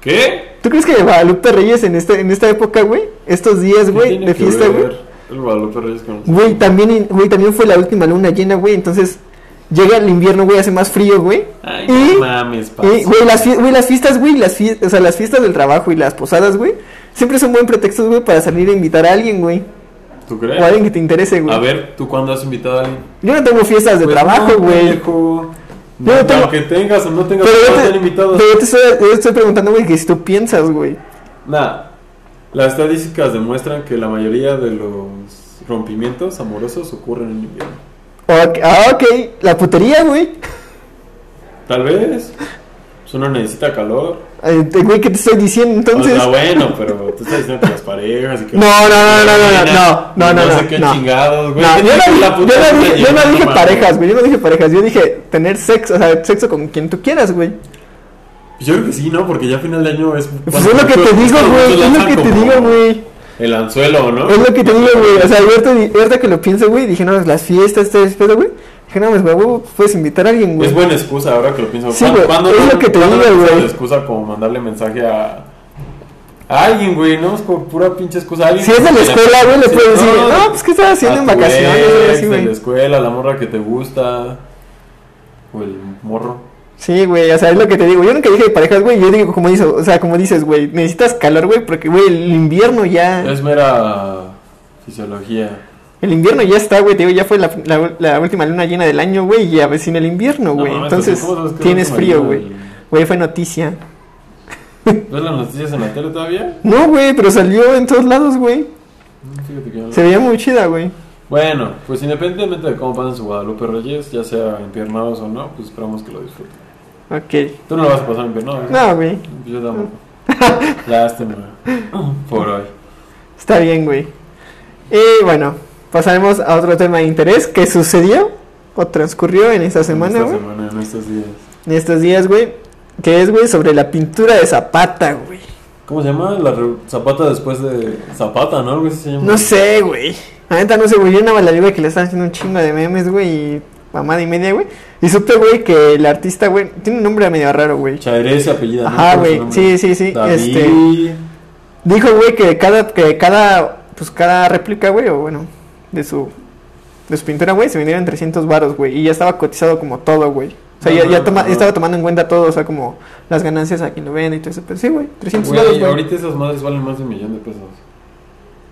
Speaker 1: ¿Qué?
Speaker 2: ¿Tú crees que Guadalupe Reyes en, este, en esta época, güey? Estos días,
Speaker 1: ¿Qué
Speaker 2: güey,
Speaker 1: tiene
Speaker 2: de
Speaker 1: que
Speaker 2: fiesta,
Speaker 1: ver
Speaker 2: güey.
Speaker 1: El Guadalupe Reyes con
Speaker 2: Güey, también, güey, también fue la última luna llena, güey. Entonces, llega el invierno, güey, hace más frío, güey.
Speaker 1: Ay,
Speaker 2: Y-
Speaker 1: no mames, paz.
Speaker 2: Eh, güey, las, fie- güey, las fiestas, güey, las fie- o sea, las fiestas del trabajo y las posadas, güey, siempre son buen pretexto, güey, para salir a invitar a alguien, güey.
Speaker 1: ¿Tú
Speaker 2: O
Speaker 1: crees?
Speaker 2: a alguien que te interese, güey.
Speaker 1: A ver, ¿tú cuándo has invitado a alguien?
Speaker 2: Yo no tengo fiestas de
Speaker 1: Pues
Speaker 2: trabajo,
Speaker 1: no,
Speaker 2: güey.
Speaker 1: viejo.
Speaker 2: Yo no tengo-
Speaker 1: Aunque tengas o no tengas,
Speaker 2: Pero yo
Speaker 1: todos
Speaker 2: te,
Speaker 1: están invitados.
Speaker 2: pero yo te estoy, yo te estoy preguntando, güey, que si tú piensas, güey.
Speaker 1: Nah, las estadísticas demuestran que la mayoría de los rompimientos amorosos ocurren en invierno.
Speaker 2: O- ah, ok, la putería, güey.
Speaker 1: Tal vez. pues, Uno necesita calor.
Speaker 2: Eh, te- Güey, ¿qué te estoy diciendo entonces?
Speaker 1: O sea, bueno, pero tú estás diciendo que las parejas y que
Speaker 2: [LAUGHS] No, no, no, no, no, no, no, no, no,
Speaker 1: no
Speaker 2: no,
Speaker 1: sé qué
Speaker 2: no.
Speaker 1: chingados, güey.
Speaker 2: No, yo no,
Speaker 1: La
Speaker 2: di-
Speaker 1: puta
Speaker 2: yo
Speaker 1: madre,
Speaker 2: no dije, yo no
Speaker 1: no
Speaker 2: dije
Speaker 1: mames.
Speaker 2: parejas, güey. Yo no dije parejas. Yo dije tener sexo, o sea, sexo con quien tú quieras, güey.
Speaker 1: Yo creo que sí, ¿no? Porque ya a final de año es...
Speaker 2: Pues es lo que te digo, güey. Es lo que te digo, güey.
Speaker 1: El anzuelo, ¿no?
Speaker 2: Es lo que te digo, güey. O sea, yo ahorita, di- ahorita que lo pienso, güey, dije, no, las fiestas, este pedo, güey. Dije, no, pues, güey, huevo, puedes invitar a alguien, güey.
Speaker 1: Es buena excusa ahora que lo pienso.
Speaker 2: Sí,
Speaker 1: ¿Cuándo-
Speaker 2: güey,
Speaker 1: cuándo
Speaker 2: es
Speaker 1: no-
Speaker 2: lo que te
Speaker 1: cuándo
Speaker 2: digo,
Speaker 1: no usa
Speaker 2: güey.
Speaker 1: la excusa como mandarle mensaje a, a alguien, güey, ¿no? Es como pura pinche excusa. Alguien
Speaker 2: Si es de la
Speaker 1: que-
Speaker 2: escuela, güey, le
Speaker 1: Sí,
Speaker 2: puedes decir, no, pues, ¿qué estás haciendo
Speaker 1: a
Speaker 2: en
Speaker 1: tu
Speaker 2: vacaciones?
Speaker 1: ex,
Speaker 2: Así,
Speaker 1: de la
Speaker 2: güey.
Speaker 1: escuela, la morra que te gusta. O el morro.
Speaker 2: Sí, güey, o sea, es lo que te digo. Yo nunca dije parejas, güey. Yo digo, como dices, o sea, como dices, güey, necesitas calor, güey, porque, güey, el invierno ya.
Speaker 1: Es mera fisiología.
Speaker 2: El invierno ya está, güey, te digo, ya fue la, la- la última luna llena del año, güey, y ya vecina el invierno,
Speaker 1: No,
Speaker 2: güey.
Speaker 1: mames,
Speaker 2: Entonces,
Speaker 1: ¿cómo sabes que
Speaker 2: tienes
Speaker 1: no te
Speaker 2: frío,
Speaker 1: imaginas
Speaker 2: güey. Güey, fue noticia.
Speaker 1: el- ¿Ves las noticias en la tele todavía?
Speaker 2: No, güey, pero salió en todos lados, güey.
Speaker 1: Mm, Fíjate que yo no.
Speaker 2: Se veía muy chida, güey.
Speaker 1: Bueno, pues independientemente de cómo pasen su Guadalupe Reyes, ya sea empiernados o no, pues esperamos que lo disfruten.
Speaker 2: Ok.
Speaker 1: Tú no lo vas a pasar empiernado. ¿sí?
Speaker 2: No, güey.
Speaker 1: Yo
Speaker 2: [LAUGHS]
Speaker 1: tampoco. Lástima. Por hoy.
Speaker 2: Está bien, güey. Y bueno, pasaremos a otro tema de interés que sucedió o transcurrió en esta semana,
Speaker 1: En esta
Speaker 2: güey.
Speaker 1: semana, en estos días.
Speaker 2: En estos días, güey. Que es, güey, sobre la pintura de Zapata, güey.
Speaker 1: ¿Cómo se llama? La re- zapata después de Zapata, ¿no? Algo así se llama.
Speaker 2: No sé, güey. La neta no sé, güey. Yo nada más la vi, güey, que le están haciendo un chingo de memes, güey. Y mamada y media, güey. Y supe, güey, que el artista, güey, tiene un nombre medio raro, güey.
Speaker 1: Chairé se apellida. ¿no?
Speaker 2: Ajá,
Speaker 1: Por su
Speaker 2: güey.
Speaker 1: nombre.
Speaker 2: Sí, sí, sí.
Speaker 1: David.
Speaker 2: Este. Dijo, güey, que cada, que cada, pues cada réplica, güey, o bueno, de su, de su pintura, güey, se vendieron 300 varos, güey, y ya estaba cotizado como todo, güey. O sea, ya, ya
Speaker 1: Ah,
Speaker 2: toma-
Speaker 1: ah.
Speaker 2: estaba tomando en cuenta todo, o sea, como las ganancias a quien lo vende y todo eso. Pero sí, güey, 300
Speaker 1: Güey,
Speaker 2: varos, güey.
Speaker 1: ahorita esas madres valen más de un millón de pesos.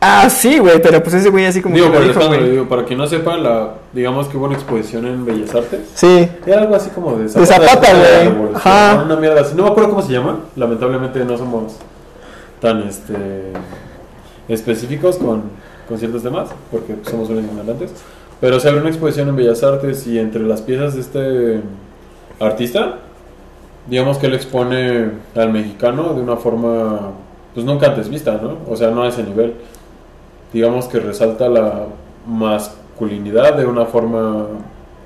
Speaker 2: Ah, sí, güey, pero pues ese güey así como
Speaker 1: Digo,
Speaker 2: que
Speaker 1: por
Speaker 2: lo
Speaker 1: el
Speaker 2: dijo,
Speaker 1: escándalo,
Speaker 2: güey.
Speaker 1: digo, para quien no sepa, la, digamos que hubo una exposición en Bellas Artes.
Speaker 2: Sí,
Speaker 1: Era algo así como de
Speaker 2: Zapata,
Speaker 1: de la
Speaker 2: güey.
Speaker 1: Revolución,
Speaker 2: Ajá.
Speaker 1: Una mierda así. No me acuerdo cómo se llama. Lamentablemente no somos tan este específicos con, con ciertos temas, porque somos unos ignorantes. Pero se abrió una exposición en Bellas Artes y entre las piezas de este artista, digamos que él expone al mexicano de una forma pues nunca antes vista, ¿no? O sea, no a ese nivel. Digamos que resalta la masculinidad de una forma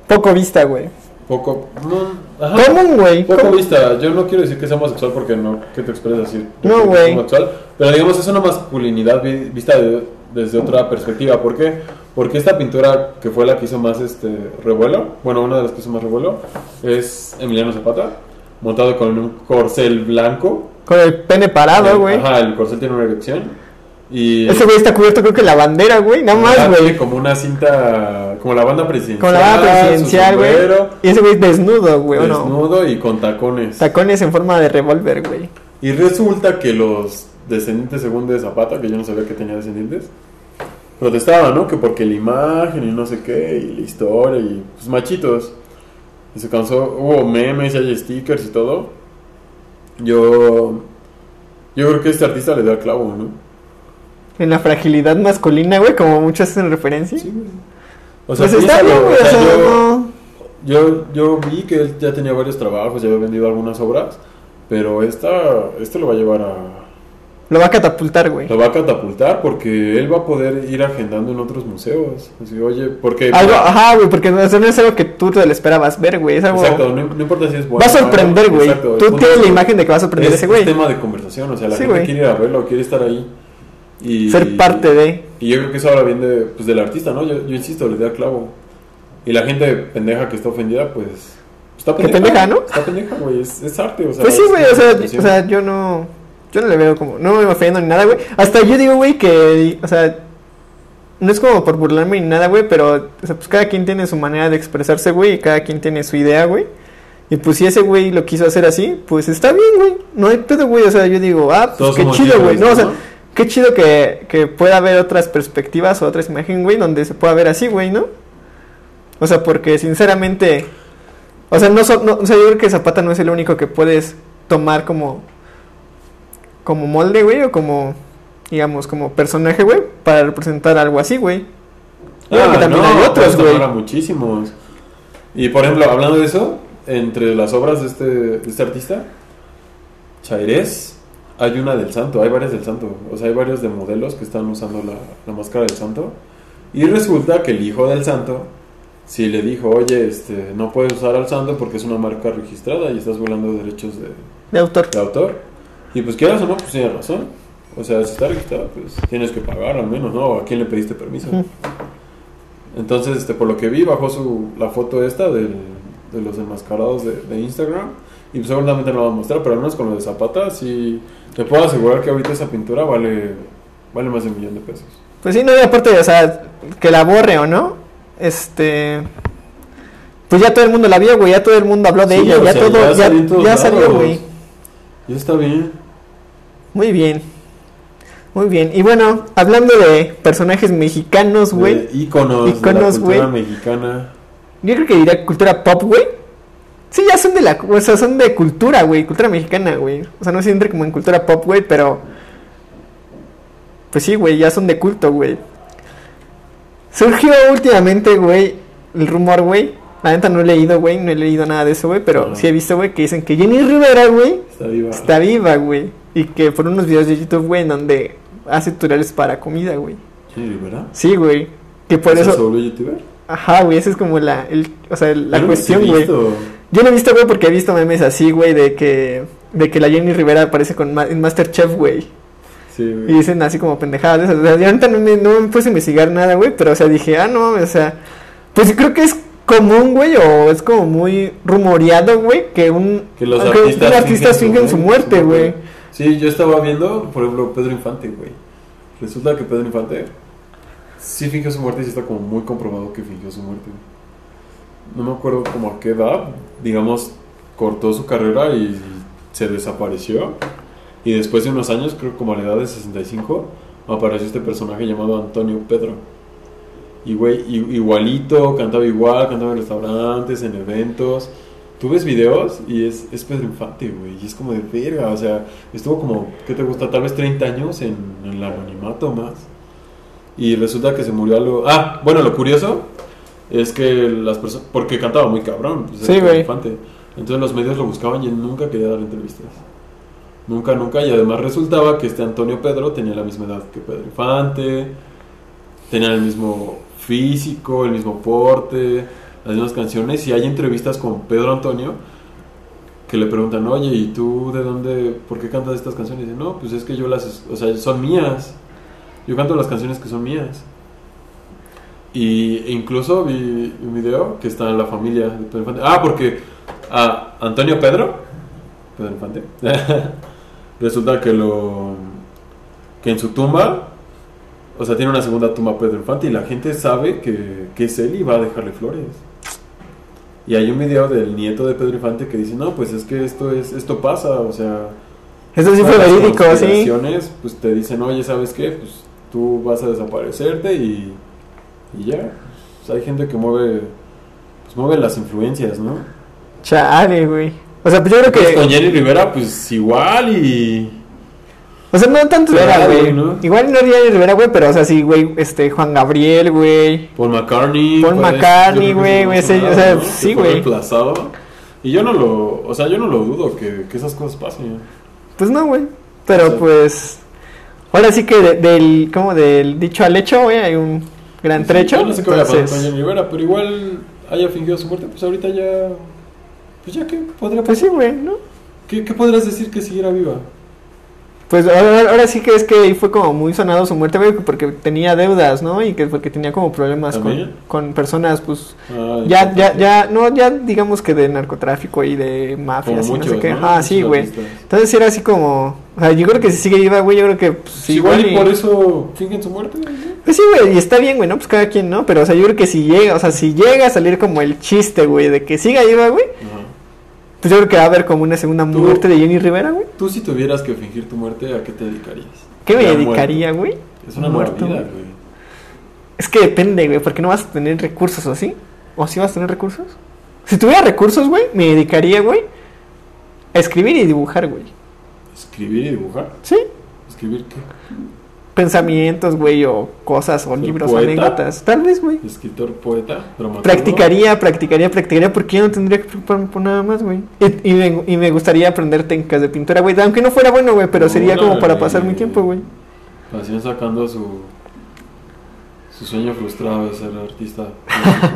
Speaker 2: poco vista, güey.
Speaker 1: poco. No, ajá.
Speaker 2: Común, güey.
Speaker 1: Ah, Poco
Speaker 2: común.
Speaker 1: vista. Yo no quiero decir que sea homosexual porque no que te expreses así. de
Speaker 2: No,
Speaker 1: que eres
Speaker 2: güey.
Speaker 1: homosexual, Pero digamos, es una masculinidad vi- vista de- desde otra perspectiva. ¿Por qué? Porque esta pintura que fue la que hizo más este revuelo, bueno, una de las que hizo más revuelo, es Emiliano Zapata, montado con un corcel blanco.
Speaker 2: Con el pene
Speaker 1: El-
Speaker 2: parado, Ah, güey.
Speaker 1: Ajá, el corcel tiene una erección. Y.
Speaker 2: Ese güey está cubierto, creo que la bandera, güey, nada más,
Speaker 1: Ah, tiene
Speaker 2: güey.
Speaker 1: Como una cinta. Como la banda presidencial.
Speaker 2: Con la banda
Speaker 1: su
Speaker 2: presidencial, güey.
Speaker 1: sombrero,
Speaker 2: Y ese güey desnudo, güey, ¿o no?
Speaker 1: Desnudo y con tacones.
Speaker 2: Tacones en forma de revólver, güey.
Speaker 1: Y resulta que los descendientes, según de Zapata, que yo no sabía que tenía descendientes, protestaban, ¿no? Que porque la imagen y no sé qué, y la historia, y pues machitos. Y se cansó, hubo memes, y hay stickers y todo. Yo. Yo creo que este artista le dio al clavo, ¿no?
Speaker 2: En la fragilidad masculina, güey, como muchos hacen referencia.
Speaker 1: güey. O sea,
Speaker 2: pues está bien,
Speaker 1: piénsalo,
Speaker 2: güey,
Speaker 1: o sea,
Speaker 2: o sea,
Speaker 1: yo-
Speaker 2: no.
Speaker 1: Yo, yo vi que él ya tenía varios trabajos, ya había vendido algunas obras, pero esta, este lo va a llevar a,
Speaker 2: Lo va a catapultar, güey.
Speaker 1: Lo va a catapultar porque él va a poder ir agendando en otros museos. Así, oye, porque...
Speaker 2: Algo, ajá, güey, porque no, eso no es algo que tú te lo esperabas ver, güey. Es algo...
Speaker 1: Exacto, no, no importa si es bueno.
Speaker 2: Va a sorprender, güey.
Speaker 1: Exacto, es
Speaker 2: Tú
Speaker 1: un-
Speaker 2: tienes la imagen de que va a sorprender a
Speaker 1: es este
Speaker 2: ese güey.
Speaker 1: un tema de conversación, o sea, la
Speaker 2: Sí,
Speaker 1: gente
Speaker 2: güey.
Speaker 1: quiere ir a verlo, quiere estar ahí. Y,
Speaker 2: Ser parte de.
Speaker 1: Y yo creo que eso habla bien de, pues, del artista, ¿no? Yo, yo insisto, le da clavo. Y la gente pendeja que está ofendida, pues... Está
Speaker 2: Qué
Speaker 1: pendeja,
Speaker 2: pendeja, ¿no?
Speaker 1: Está pendeja, güey. Es, es arte, o sea...
Speaker 2: Pues sí,
Speaker 1: es
Speaker 2: güey, o sea,
Speaker 1: expresión.
Speaker 2: o sea, yo no. Yo no le veo como. No me ofendo ni nada, güey. Hasta yo digo, güey, que. O sea. No es como por burlarme ni nada, güey, pero. O sea, pues cada quien tiene su manera de expresarse, güey, y cada quien tiene su idea, güey. Y pues si ese güey lo quiso hacer así, pues está bien, güey. No hay pedo, güey. O sea, yo digo, ah, pues
Speaker 1: Todos
Speaker 2: qué
Speaker 1: somos
Speaker 2: chido, güey.
Speaker 1: libres,
Speaker 2: No, o sea, qué chido que, que pueda haber otras perspectivas o otras imágenes, güey, donde se pueda ver así, güey, ¿no? O sea, porque sinceramente. O sea, no, so- no- o sea, yo creo que Zapata no es el único que puedes tomar como. como molde, güey, o como. digamos, como personaje, güey, para representar algo así, güey.
Speaker 1: Ah,
Speaker 2: Claro que también hay otros,
Speaker 1: puedes tomar
Speaker 2: güey.
Speaker 1: a muchísimos. Y por ejemplo, hablando de eso, entre las obras de este, de este artista, Chairés, hay una del santo, hay varias del santo. O sea, hay varios de modelos que están usando la, la máscara del santo. Y resulta que el hijo del santo, si le dijo, oye, este, no puedes usar al santo porque es una marca registrada y estás violando derechos de,
Speaker 2: De autor.
Speaker 1: de autor. Y pues quieras o no, pues tienes razón. O sea, si está registrado, pues tienes que pagar al menos, ¿no? ¿A quién le pediste permiso?
Speaker 2: Ujú.
Speaker 1: Entonces, este, por lo que vi, bajó su, la foto esta del- de los enmascarados de, de Instagram. Y pues, seguramente no la va a mostrar, pero al menos con lo de Zapata, sí. Te puedo asegurar que ahorita esa pintura vale, vale más de un millón de pesos.
Speaker 2: Pues sí, no, y aparte, o sea, que la borre o no, este. Pues ya todo el mundo la vio, güey, ya todo el mundo habló de
Speaker 1: Sí,
Speaker 2: ella,
Speaker 1: o
Speaker 2: ya
Speaker 1: sea,
Speaker 2: todo, ya,
Speaker 1: salió en todos
Speaker 2: ya salió,
Speaker 1: lados.
Speaker 2: güey.
Speaker 1: Ya está bien.
Speaker 2: Muy bien. Muy bien. Y bueno, hablando de personajes mexicanos, güey.
Speaker 1: De íconos,
Speaker 2: Íconos,
Speaker 1: de la cultura
Speaker 2: güey.
Speaker 1: mexicana.
Speaker 2: Yo creo que diría cultura pop, güey. Sí, ya son de la, o sea, son de cultura, güey, cultura mexicana, güey. O sea, no se entra como en cultura pop, güey, pero pues sí, güey, ya son de culto, güey. Surgió últimamente, güey, el rumor, güey. La neta no he leído, güey, no he leído nada de eso, güey, pero
Speaker 1: Ajá.
Speaker 2: sí he visto, güey, que dicen que Jenny Rivera, güey,
Speaker 1: Está viva.
Speaker 2: está viva, güey, y que por unos videos de YouTube, güey, en donde hace tutoriales para comida, güey.
Speaker 1: Sí, ¿verdad?
Speaker 2: Sí, güey. Que por
Speaker 1: ¿Se
Speaker 2: eso,
Speaker 1: volvió youtuber?
Speaker 2: ajá, güey, esa es como la el, o sea, la
Speaker 1: Yo no
Speaker 2: cuestión,
Speaker 1: he
Speaker 2: güey.
Speaker 1: visto.
Speaker 2: Yo lo he visto, güey, porque he visto memes así, güey, de que, de que la Jenny Rivera aparece con ma- en Masterchef, güey.
Speaker 1: Sí, güey.
Speaker 2: Y dicen así como pendejadas. de esas. O sea, yo ahorita no me, no me puse a investigar nada, güey, pero, o sea, dije, ah, no, o sea, pues creo que es común, güey, o es como muy rumoreado, güey, que un,
Speaker 1: Que los
Speaker 2: Ah, que
Speaker 1: artistas,
Speaker 2: un artista fingen su muerte, güey.
Speaker 1: Sí, yo estaba viendo, por ejemplo, Pedro Infante, güey. Resulta que Pedro Infante sí fingió su muerte y sí está como muy comprobado que fingió su muerte. No me acuerdo como a qué edad, digamos, cortó su carrera y se desapareció. Y después de unos años, creo como a la edad de 65, apareció este personaje llamado Antonio Pedro. Y güey, i- igualito, cantaba igual, cantaba en restaurantes, en eventos. Tú ves videos y es, es Pedro Infante, güey. Y es como de verga. O sea, estuvo como, ¿qué te gusta? Tal vez 30 años en, en el anonimato más. Y resulta que se murió algo. Ah, bueno, lo curioso es que las personas. Porque cantaba muy cabrón. pues,
Speaker 2: Sí,
Speaker 1: era Pedro
Speaker 2: güey.
Speaker 1: Infante. Entonces los medios lo buscaban y él nunca quería dar entrevistas. Nunca, nunca. Y además resultaba que este Antonio Pedro tenía la misma edad que Pedro Infante. Tenían el mismo físico, el mismo porte, las mismas canciones. Y hay entrevistas con Pedro Antonio que le preguntan, oye, ¿y tú de dónde, por qué cantas estas canciones? Y dice, no, pues es que yo las, es- o sea, son mías. Yo canto las canciones que son mías. Y e incluso vi un video que está en la familia de Pedro Infante. Ah, porque a Antonio Pedro, Pedro Infante, [LAUGHS] resulta que lo, que en su tumba, o sea, tiene una segunda tumba Pedro Infante y la gente sabe que, que es él y va a dejarle flores. Y hay un video del nieto de Pedro Infante que dice, no, pues es que esto es, esto pasa, o sea,
Speaker 2: Eso sí fue
Speaker 1: las
Speaker 2: verídico, sí.
Speaker 1: conspiraciones, pues te dicen, oye, ¿sabes qué? Pues tú vas a desaparecerte y, y ya. Pues, hay gente que mueve, pues mueve las influencias, ¿no?
Speaker 2: Chale, güey. O sea, pues yo creo
Speaker 1: Pues con
Speaker 2: que.
Speaker 1: Jenny Rivera, pues igual y...
Speaker 2: O sea, no tanto
Speaker 3: Pues
Speaker 1: Claro,
Speaker 2: Rivera, güey.
Speaker 1: ¿no?
Speaker 2: Igual no Jenny Rivera, güey, pero, o sea, sí, güey, este, Juan Gabriel, güey.
Speaker 1: Paul McCartney.
Speaker 2: Paul
Speaker 1: pues,
Speaker 2: McCartney,
Speaker 1: yo creo que
Speaker 2: güey,
Speaker 1: es
Speaker 2: güey,
Speaker 1: más
Speaker 2: ese-
Speaker 1: sonado,
Speaker 2: o sea,
Speaker 1: ¿no? Que
Speaker 2: sí,
Speaker 1: fue
Speaker 2: güey.
Speaker 1: reemplazado. Y yo no lo, o sea, yo no lo dudo que, que esas cosas pasen.
Speaker 2: Pues no, güey. Pero
Speaker 1: Sí.
Speaker 2: pues. Ahora sí que de- del, como del dicho al hecho, güey, hay un gran trecho.
Speaker 3: Yo no sé qué hubiera pasado con
Speaker 2: entonces,
Speaker 3: Jenny Rivera, pero igual haya fingido su muerte, pues ahorita ya. Pues ya, ¿qué podría
Speaker 2: pues
Speaker 3: pasar?
Speaker 2: sí, güey, ¿no?
Speaker 3: ¿Qué, qué podrías decir que siguiera viva?
Speaker 2: Pues ahora, ahora sí que es que ahí fue como muy sonado su muerte, güey, porque tenía deudas, ¿no? Y que porque tenía como problemas con,
Speaker 3: ¿También?
Speaker 2: con personas, pues
Speaker 3: Ah,
Speaker 2: ya,
Speaker 3: de-
Speaker 2: ya, ya, no, ya digamos que de narcotráfico y de
Speaker 3: Como
Speaker 2: mafias y no
Speaker 3: muchos,
Speaker 2: sé qué.
Speaker 3: ¿no?
Speaker 2: Ah, sí,
Speaker 3: Muchos
Speaker 2: güey.
Speaker 3: artistas.
Speaker 2: Entonces era así como, o sea, yo creo que si sigue viva, güey, yo creo que pues,
Speaker 3: Pues igual y por eso fingen su muerte. ¿no?
Speaker 2: Pues sí, güey, y está bien, güey, ¿no? Pues cada quien, ¿no? Pero, o sea, yo creo que si llega, o sea, si llega a salir como el chiste, güey, de que siga viva, güey,
Speaker 3: Ajá.
Speaker 2: pues yo creo que va a haber como una segunda
Speaker 3: Tú-
Speaker 2: muerte de Jenny Rivera, güey.
Speaker 3: Tú si tuvieras que fingir tu muerte, ¿a qué te dedicarías?
Speaker 2: ¿Qué me
Speaker 1: Ya
Speaker 2: dedicaría, güey?
Speaker 3: Es una nueva
Speaker 2: Muerto,
Speaker 3: vida,
Speaker 2: güey.
Speaker 3: güey.
Speaker 2: Es que depende, güey, porque no vas a tener recursos, ¿o sí? ¿O sí vas a tener recursos? Si tuviera recursos, güey, me dedicaría, güey, a escribir y dibujar, güey.
Speaker 3: Escribir y dibujar.
Speaker 2: ¿Sí?
Speaker 3: ¿Escribir qué?
Speaker 2: Pensamientos, güey, o cosas, o
Speaker 3: ¿Ser
Speaker 2: libros, o
Speaker 3: poeta?
Speaker 2: anécdotas. Tal vez, güey.
Speaker 3: Escritor, poeta, dramaturgo.
Speaker 2: Practicaría, practicaría, practicaría, porque yo no tendría que preocuparme por nada más, güey. Y, y me, y me gustaría aprender técnicas de pintura, güey. Aunque no fuera bueno, güey, pero sería como para
Speaker 3: Órale.
Speaker 2: pasar mi tiempo, güey.
Speaker 3: Así sacando su. Su sueño frustrado de ser artista.
Speaker 2: [LAUGHS]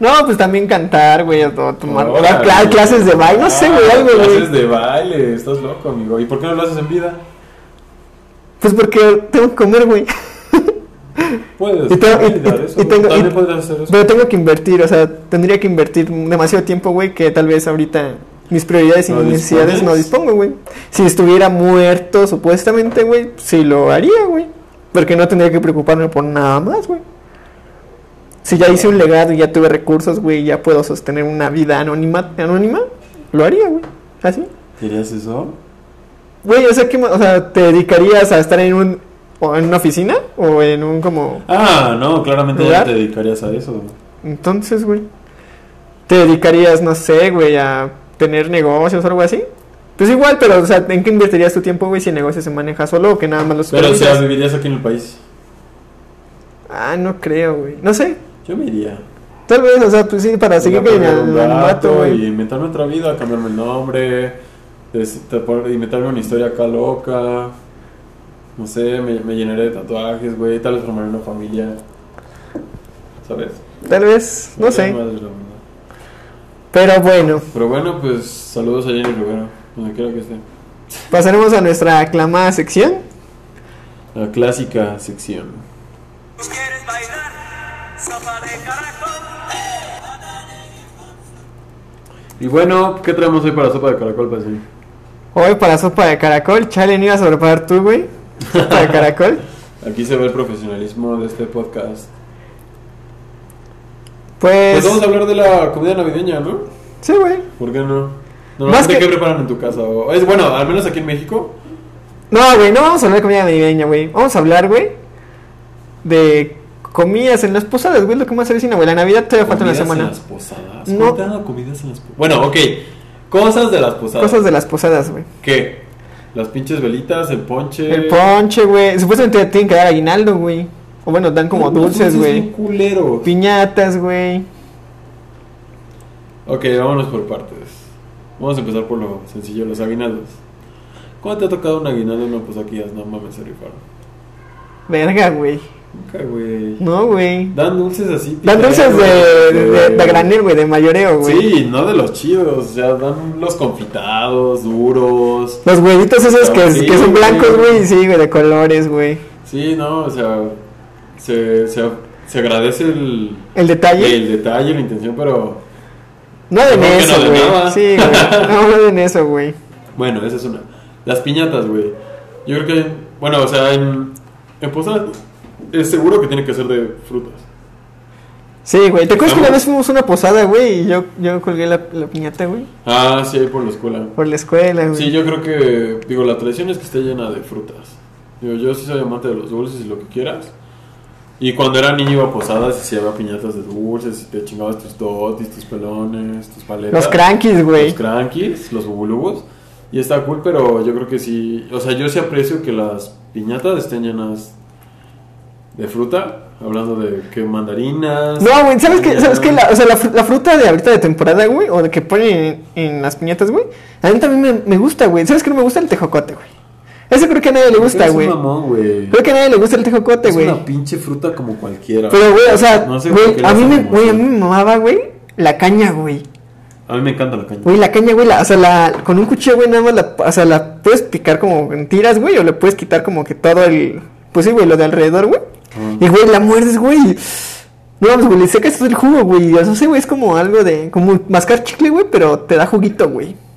Speaker 2: No, pues también cantar, güey, o to- tomar
Speaker 1: Ahora,
Speaker 2: cla-
Speaker 1: güey.
Speaker 2: clases de baile, no sé, güey,
Speaker 1: Ah,
Speaker 2: algo,
Speaker 1: Clases
Speaker 2: güey.
Speaker 1: de baile, estás loco, amigo. ¿Y por qué no lo haces en vida?
Speaker 2: Pues porque tengo que comer, güey.
Speaker 3: Puedes.
Speaker 2: Y tengo-
Speaker 3: puedes
Speaker 2: y-
Speaker 3: dar
Speaker 2: y-
Speaker 3: eso,
Speaker 2: y
Speaker 3: güey.
Speaker 2: tengo-
Speaker 3: También
Speaker 2: y-
Speaker 3: podrías hacer eso.
Speaker 2: Pero tengo que invertir, o sea, tendría que invertir demasiado tiempo, güey, que tal vez ahorita mis prioridades y
Speaker 1: ¿No
Speaker 2: mis necesidades no
Speaker 1: dispones?
Speaker 2: dispongo, güey. Si estuviera muerto, supuestamente, güey, sí lo haría, güey. Porque no tendría que preocuparme por nada más, güey. Si ya hice un legado y ya tuve recursos, güey, ya puedo sostener una vida anónima, anónima lo haría, güey. Así.
Speaker 1: ¿Querías eso?
Speaker 2: Güey, o sea, ¿qué más? o sea, ¿te dedicarías a estar en un o en una oficina o en un como
Speaker 1: Ah, no, claramente ya
Speaker 2: ¿Verdad?
Speaker 1: te dedicarías a eso.
Speaker 2: Entonces, güey, ¿te dedicarías, no sé, güey, a tener negocios o algo así? Pues igual, pero, o sea, ¿en qué invertirías tu tiempo, güey, si el negocio se maneja solo o que nada más los
Speaker 1: Pero o
Speaker 2: supervisas?
Speaker 1: sea, vivirías aquí en el país.
Speaker 2: Ah, no creo, güey. No sé.
Speaker 1: Yo me iría.
Speaker 2: Tal vez, o sea, pues sí, para seguir
Speaker 1: Iría a
Speaker 2: con el
Speaker 1: perder un
Speaker 2: anonimato,
Speaker 1: rato
Speaker 2: güey.
Speaker 1: Y inventarme otra vida, cambiarme el nombre, des- te- por- inventarme una historia acá loca. No sé, me, me llenaré de tatuajes, güey. Tal vez formaré una familia. ¿Sabes?
Speaker 2: Tal vez, no
Speaker 1: Me
Speaker 2: sé.
Speaker 1: vale madre, la verdad.
Speaker 2: Pero bueno,
Speaker 1: Pero bueno, pues saludos a Jenny Rivera, donde quiera que esté.
Speaker 2: pasaremos a nuestra aclamada sección.
Speaker 1: La clásica sección.
Speaker 4: ¿Tú quieres bailar? Zapa de caracol.
Speaker 1: Y bueno, ¿qué traemos hoy para sopa de caracol, pues, Pacín?
Speaker 2: Hoy para sopa de caracol. Chale, no ibas a preparar tú, güey.
Speaker 1: [LAUGHS]
Speaker 2: Sopa de caracol.
Speaker 1: Aquí se ve el profesionalismo de este podcast.
Speaker 2: Pues,
Speaker 1: Pues vamos a hablar de la comida navideña, ¿no?
Speaker 2: sí, güey.
Speaker 1: ¿Por qué no?
Speaker 2: Más
Speaker 1: Normalmente,
Speaker 2: que-
Speaker 1: ¿qué preparan en tu casa? O- es bueno, al menos aquí en México.
Speaker 2: No, güey, no vamos a hablar de comida navideña, güey. Vamos a hablar, güey, de comidas en las posadas, güey, lo que más se avecina, güey. La Navidad todavía falta una
Speaker 1: Comidas
Speaker 2: semana.
Speaker 1: en las posadas.
Speaker 2: No.
Speaker 1: ¿Cuántas comidas en las posadas? Bueno, ok. Cosas de las posadas.
Speaker 2: Cosas de las posadas, güey.
Speaker 1: ¿Qué? Las pinches velitas, el ponche.
Speaker 2: El ponche, güey. Supuestamente te tienen que dar aguinaldo, güey. O bueno, dan como
Speaker 1: Unos
Speaker 2: dulces,
Speaker 1: bien
Speaker 2: güey.
Speaker 1: culeros.
Speaker 2: Piñatas, güey.
Speaker 1: Ok, vámonos por partes. Vamos a empezar por lo sencillo, los aguinaldos. ¿Cuándo te ha tocado un aguinaldo en una posaquilla? No mames, se rifaron.
Speaker 2: Verga, güey.
Speaker 1: Nunca, güey.
Speaker 2: No, güey.
Speaker 1: Dan dulces así.
Speaker 2: Dan dulces
Speaker 1: picados,
Speaker 2: de,
Speaker 1: este,
Speaker 2: de, de granel, güey, de mayoreo, güey.
Speaker 1: Sí, no de los chidos, o sea, dan los confitados, duros.
Speaker 2: Los huevitos esos que,
Speaker 1: Sí,
Speaker 2: que son
Speaker 1: güey.
Speaker 2: blancos, güey, sí, güey, de colores, güey.
Speaker 1: Sí, no, o sea, se, se, se agradece el,
Speaker 2: El detalle.
Speaker 1: el detalle, la intención, pero
Speaker 2: No den
Speaker 1: No, que no
Speaker 2: eso,
Speaker 1: den
Speaker 2: güey.
Speaker 1: nada.
Speaker 2: sí, güey. No, no den eso, güey.
Speaker 1: bueno, esa es una. Las piñatas, güey. Yo creo que, bueno, o sea, en, en Posadas es seguro que tiene que ser de frutas.
Speaker 2: Sí, güey. ¿Te acuerdas que una vez fuimos a una posada, güey? Y yo, yo colgué la, la piñata, güey.
Speaker 1: Ah, sí, ahí por la escuela.
Speaker 2: Por la escuela, güey.
Speaker 1: Sí, yo creo que, digo, la tradición es que esté llena de frutas. Digo, yo sí soy amante de los dulces y lo que quieras. Y cuando era niño iba a posadas y se llevaba piñatas de dulces y te chingabas tus dotis, tus pelones, tus paletas.
Speaker 2: Los crankies, güey.
Speaker 1: Los crankies, los bubulubos. Y está cool, pero yo creo que sí. O sea, yo sí aprecio que las piñatas estén llenas de fruta. Hablando de que mandarinas.
Speaker 2: No, güey, ¿sabes qué? ¿Sabes qué?
Speaker 1: piñas.
Speaker 2: La, o sea, la, fru- la fruta de ahorita de temporada, güey, o de que ponen en, en las piñatas, güey. A mí también me, me gusta, güey. ¿Sabes qué? No me gusta el tejocote, güey. Ese creo que a nadie le gusta,
Speaker 1: Es un
Speaker 2: güey.
Speaker 1: mamón, güey.
Speaker 2: Creo que a nadie le gusta el tejocote,
Speaker 1: Es
Speaker 2: güey.
Speaker 1: una pinche fruta como cualquiera.
Speaker 2: Pero, güey, o sea,
Speaker 1: No sé por
Speaker 2: güey,
Speaker 1: qué
Speaker 2: a,
Speaker 1: lo
Speaker 2: mí
Speaker 1: hacen
Speaker 2: me,
Speaker 1: como
Speaker 2: güey, a
Speaker 1: así.
Speaker 2: mí me mamaba, güey, la caña, güey.
Speaker 1: A mí me encanta la caña.
Speaker 2: Güey, la caña, güey, la- o sea, la, con un cuchillo, güey, nada más la, o sea, la puedes picar como en tiras, güey, o le puedes quitar como que todo el, pues sí, güey, lo de alrededor, güey.
Speaker 1: Ah.
Speaker 2: Y, güey, la muerdes, güey. No mames, güey, le secas todo el jugo, güey. O sea, no sé, güey, es como algo de, como mascar chicle, güey, pero te da juguito, güey.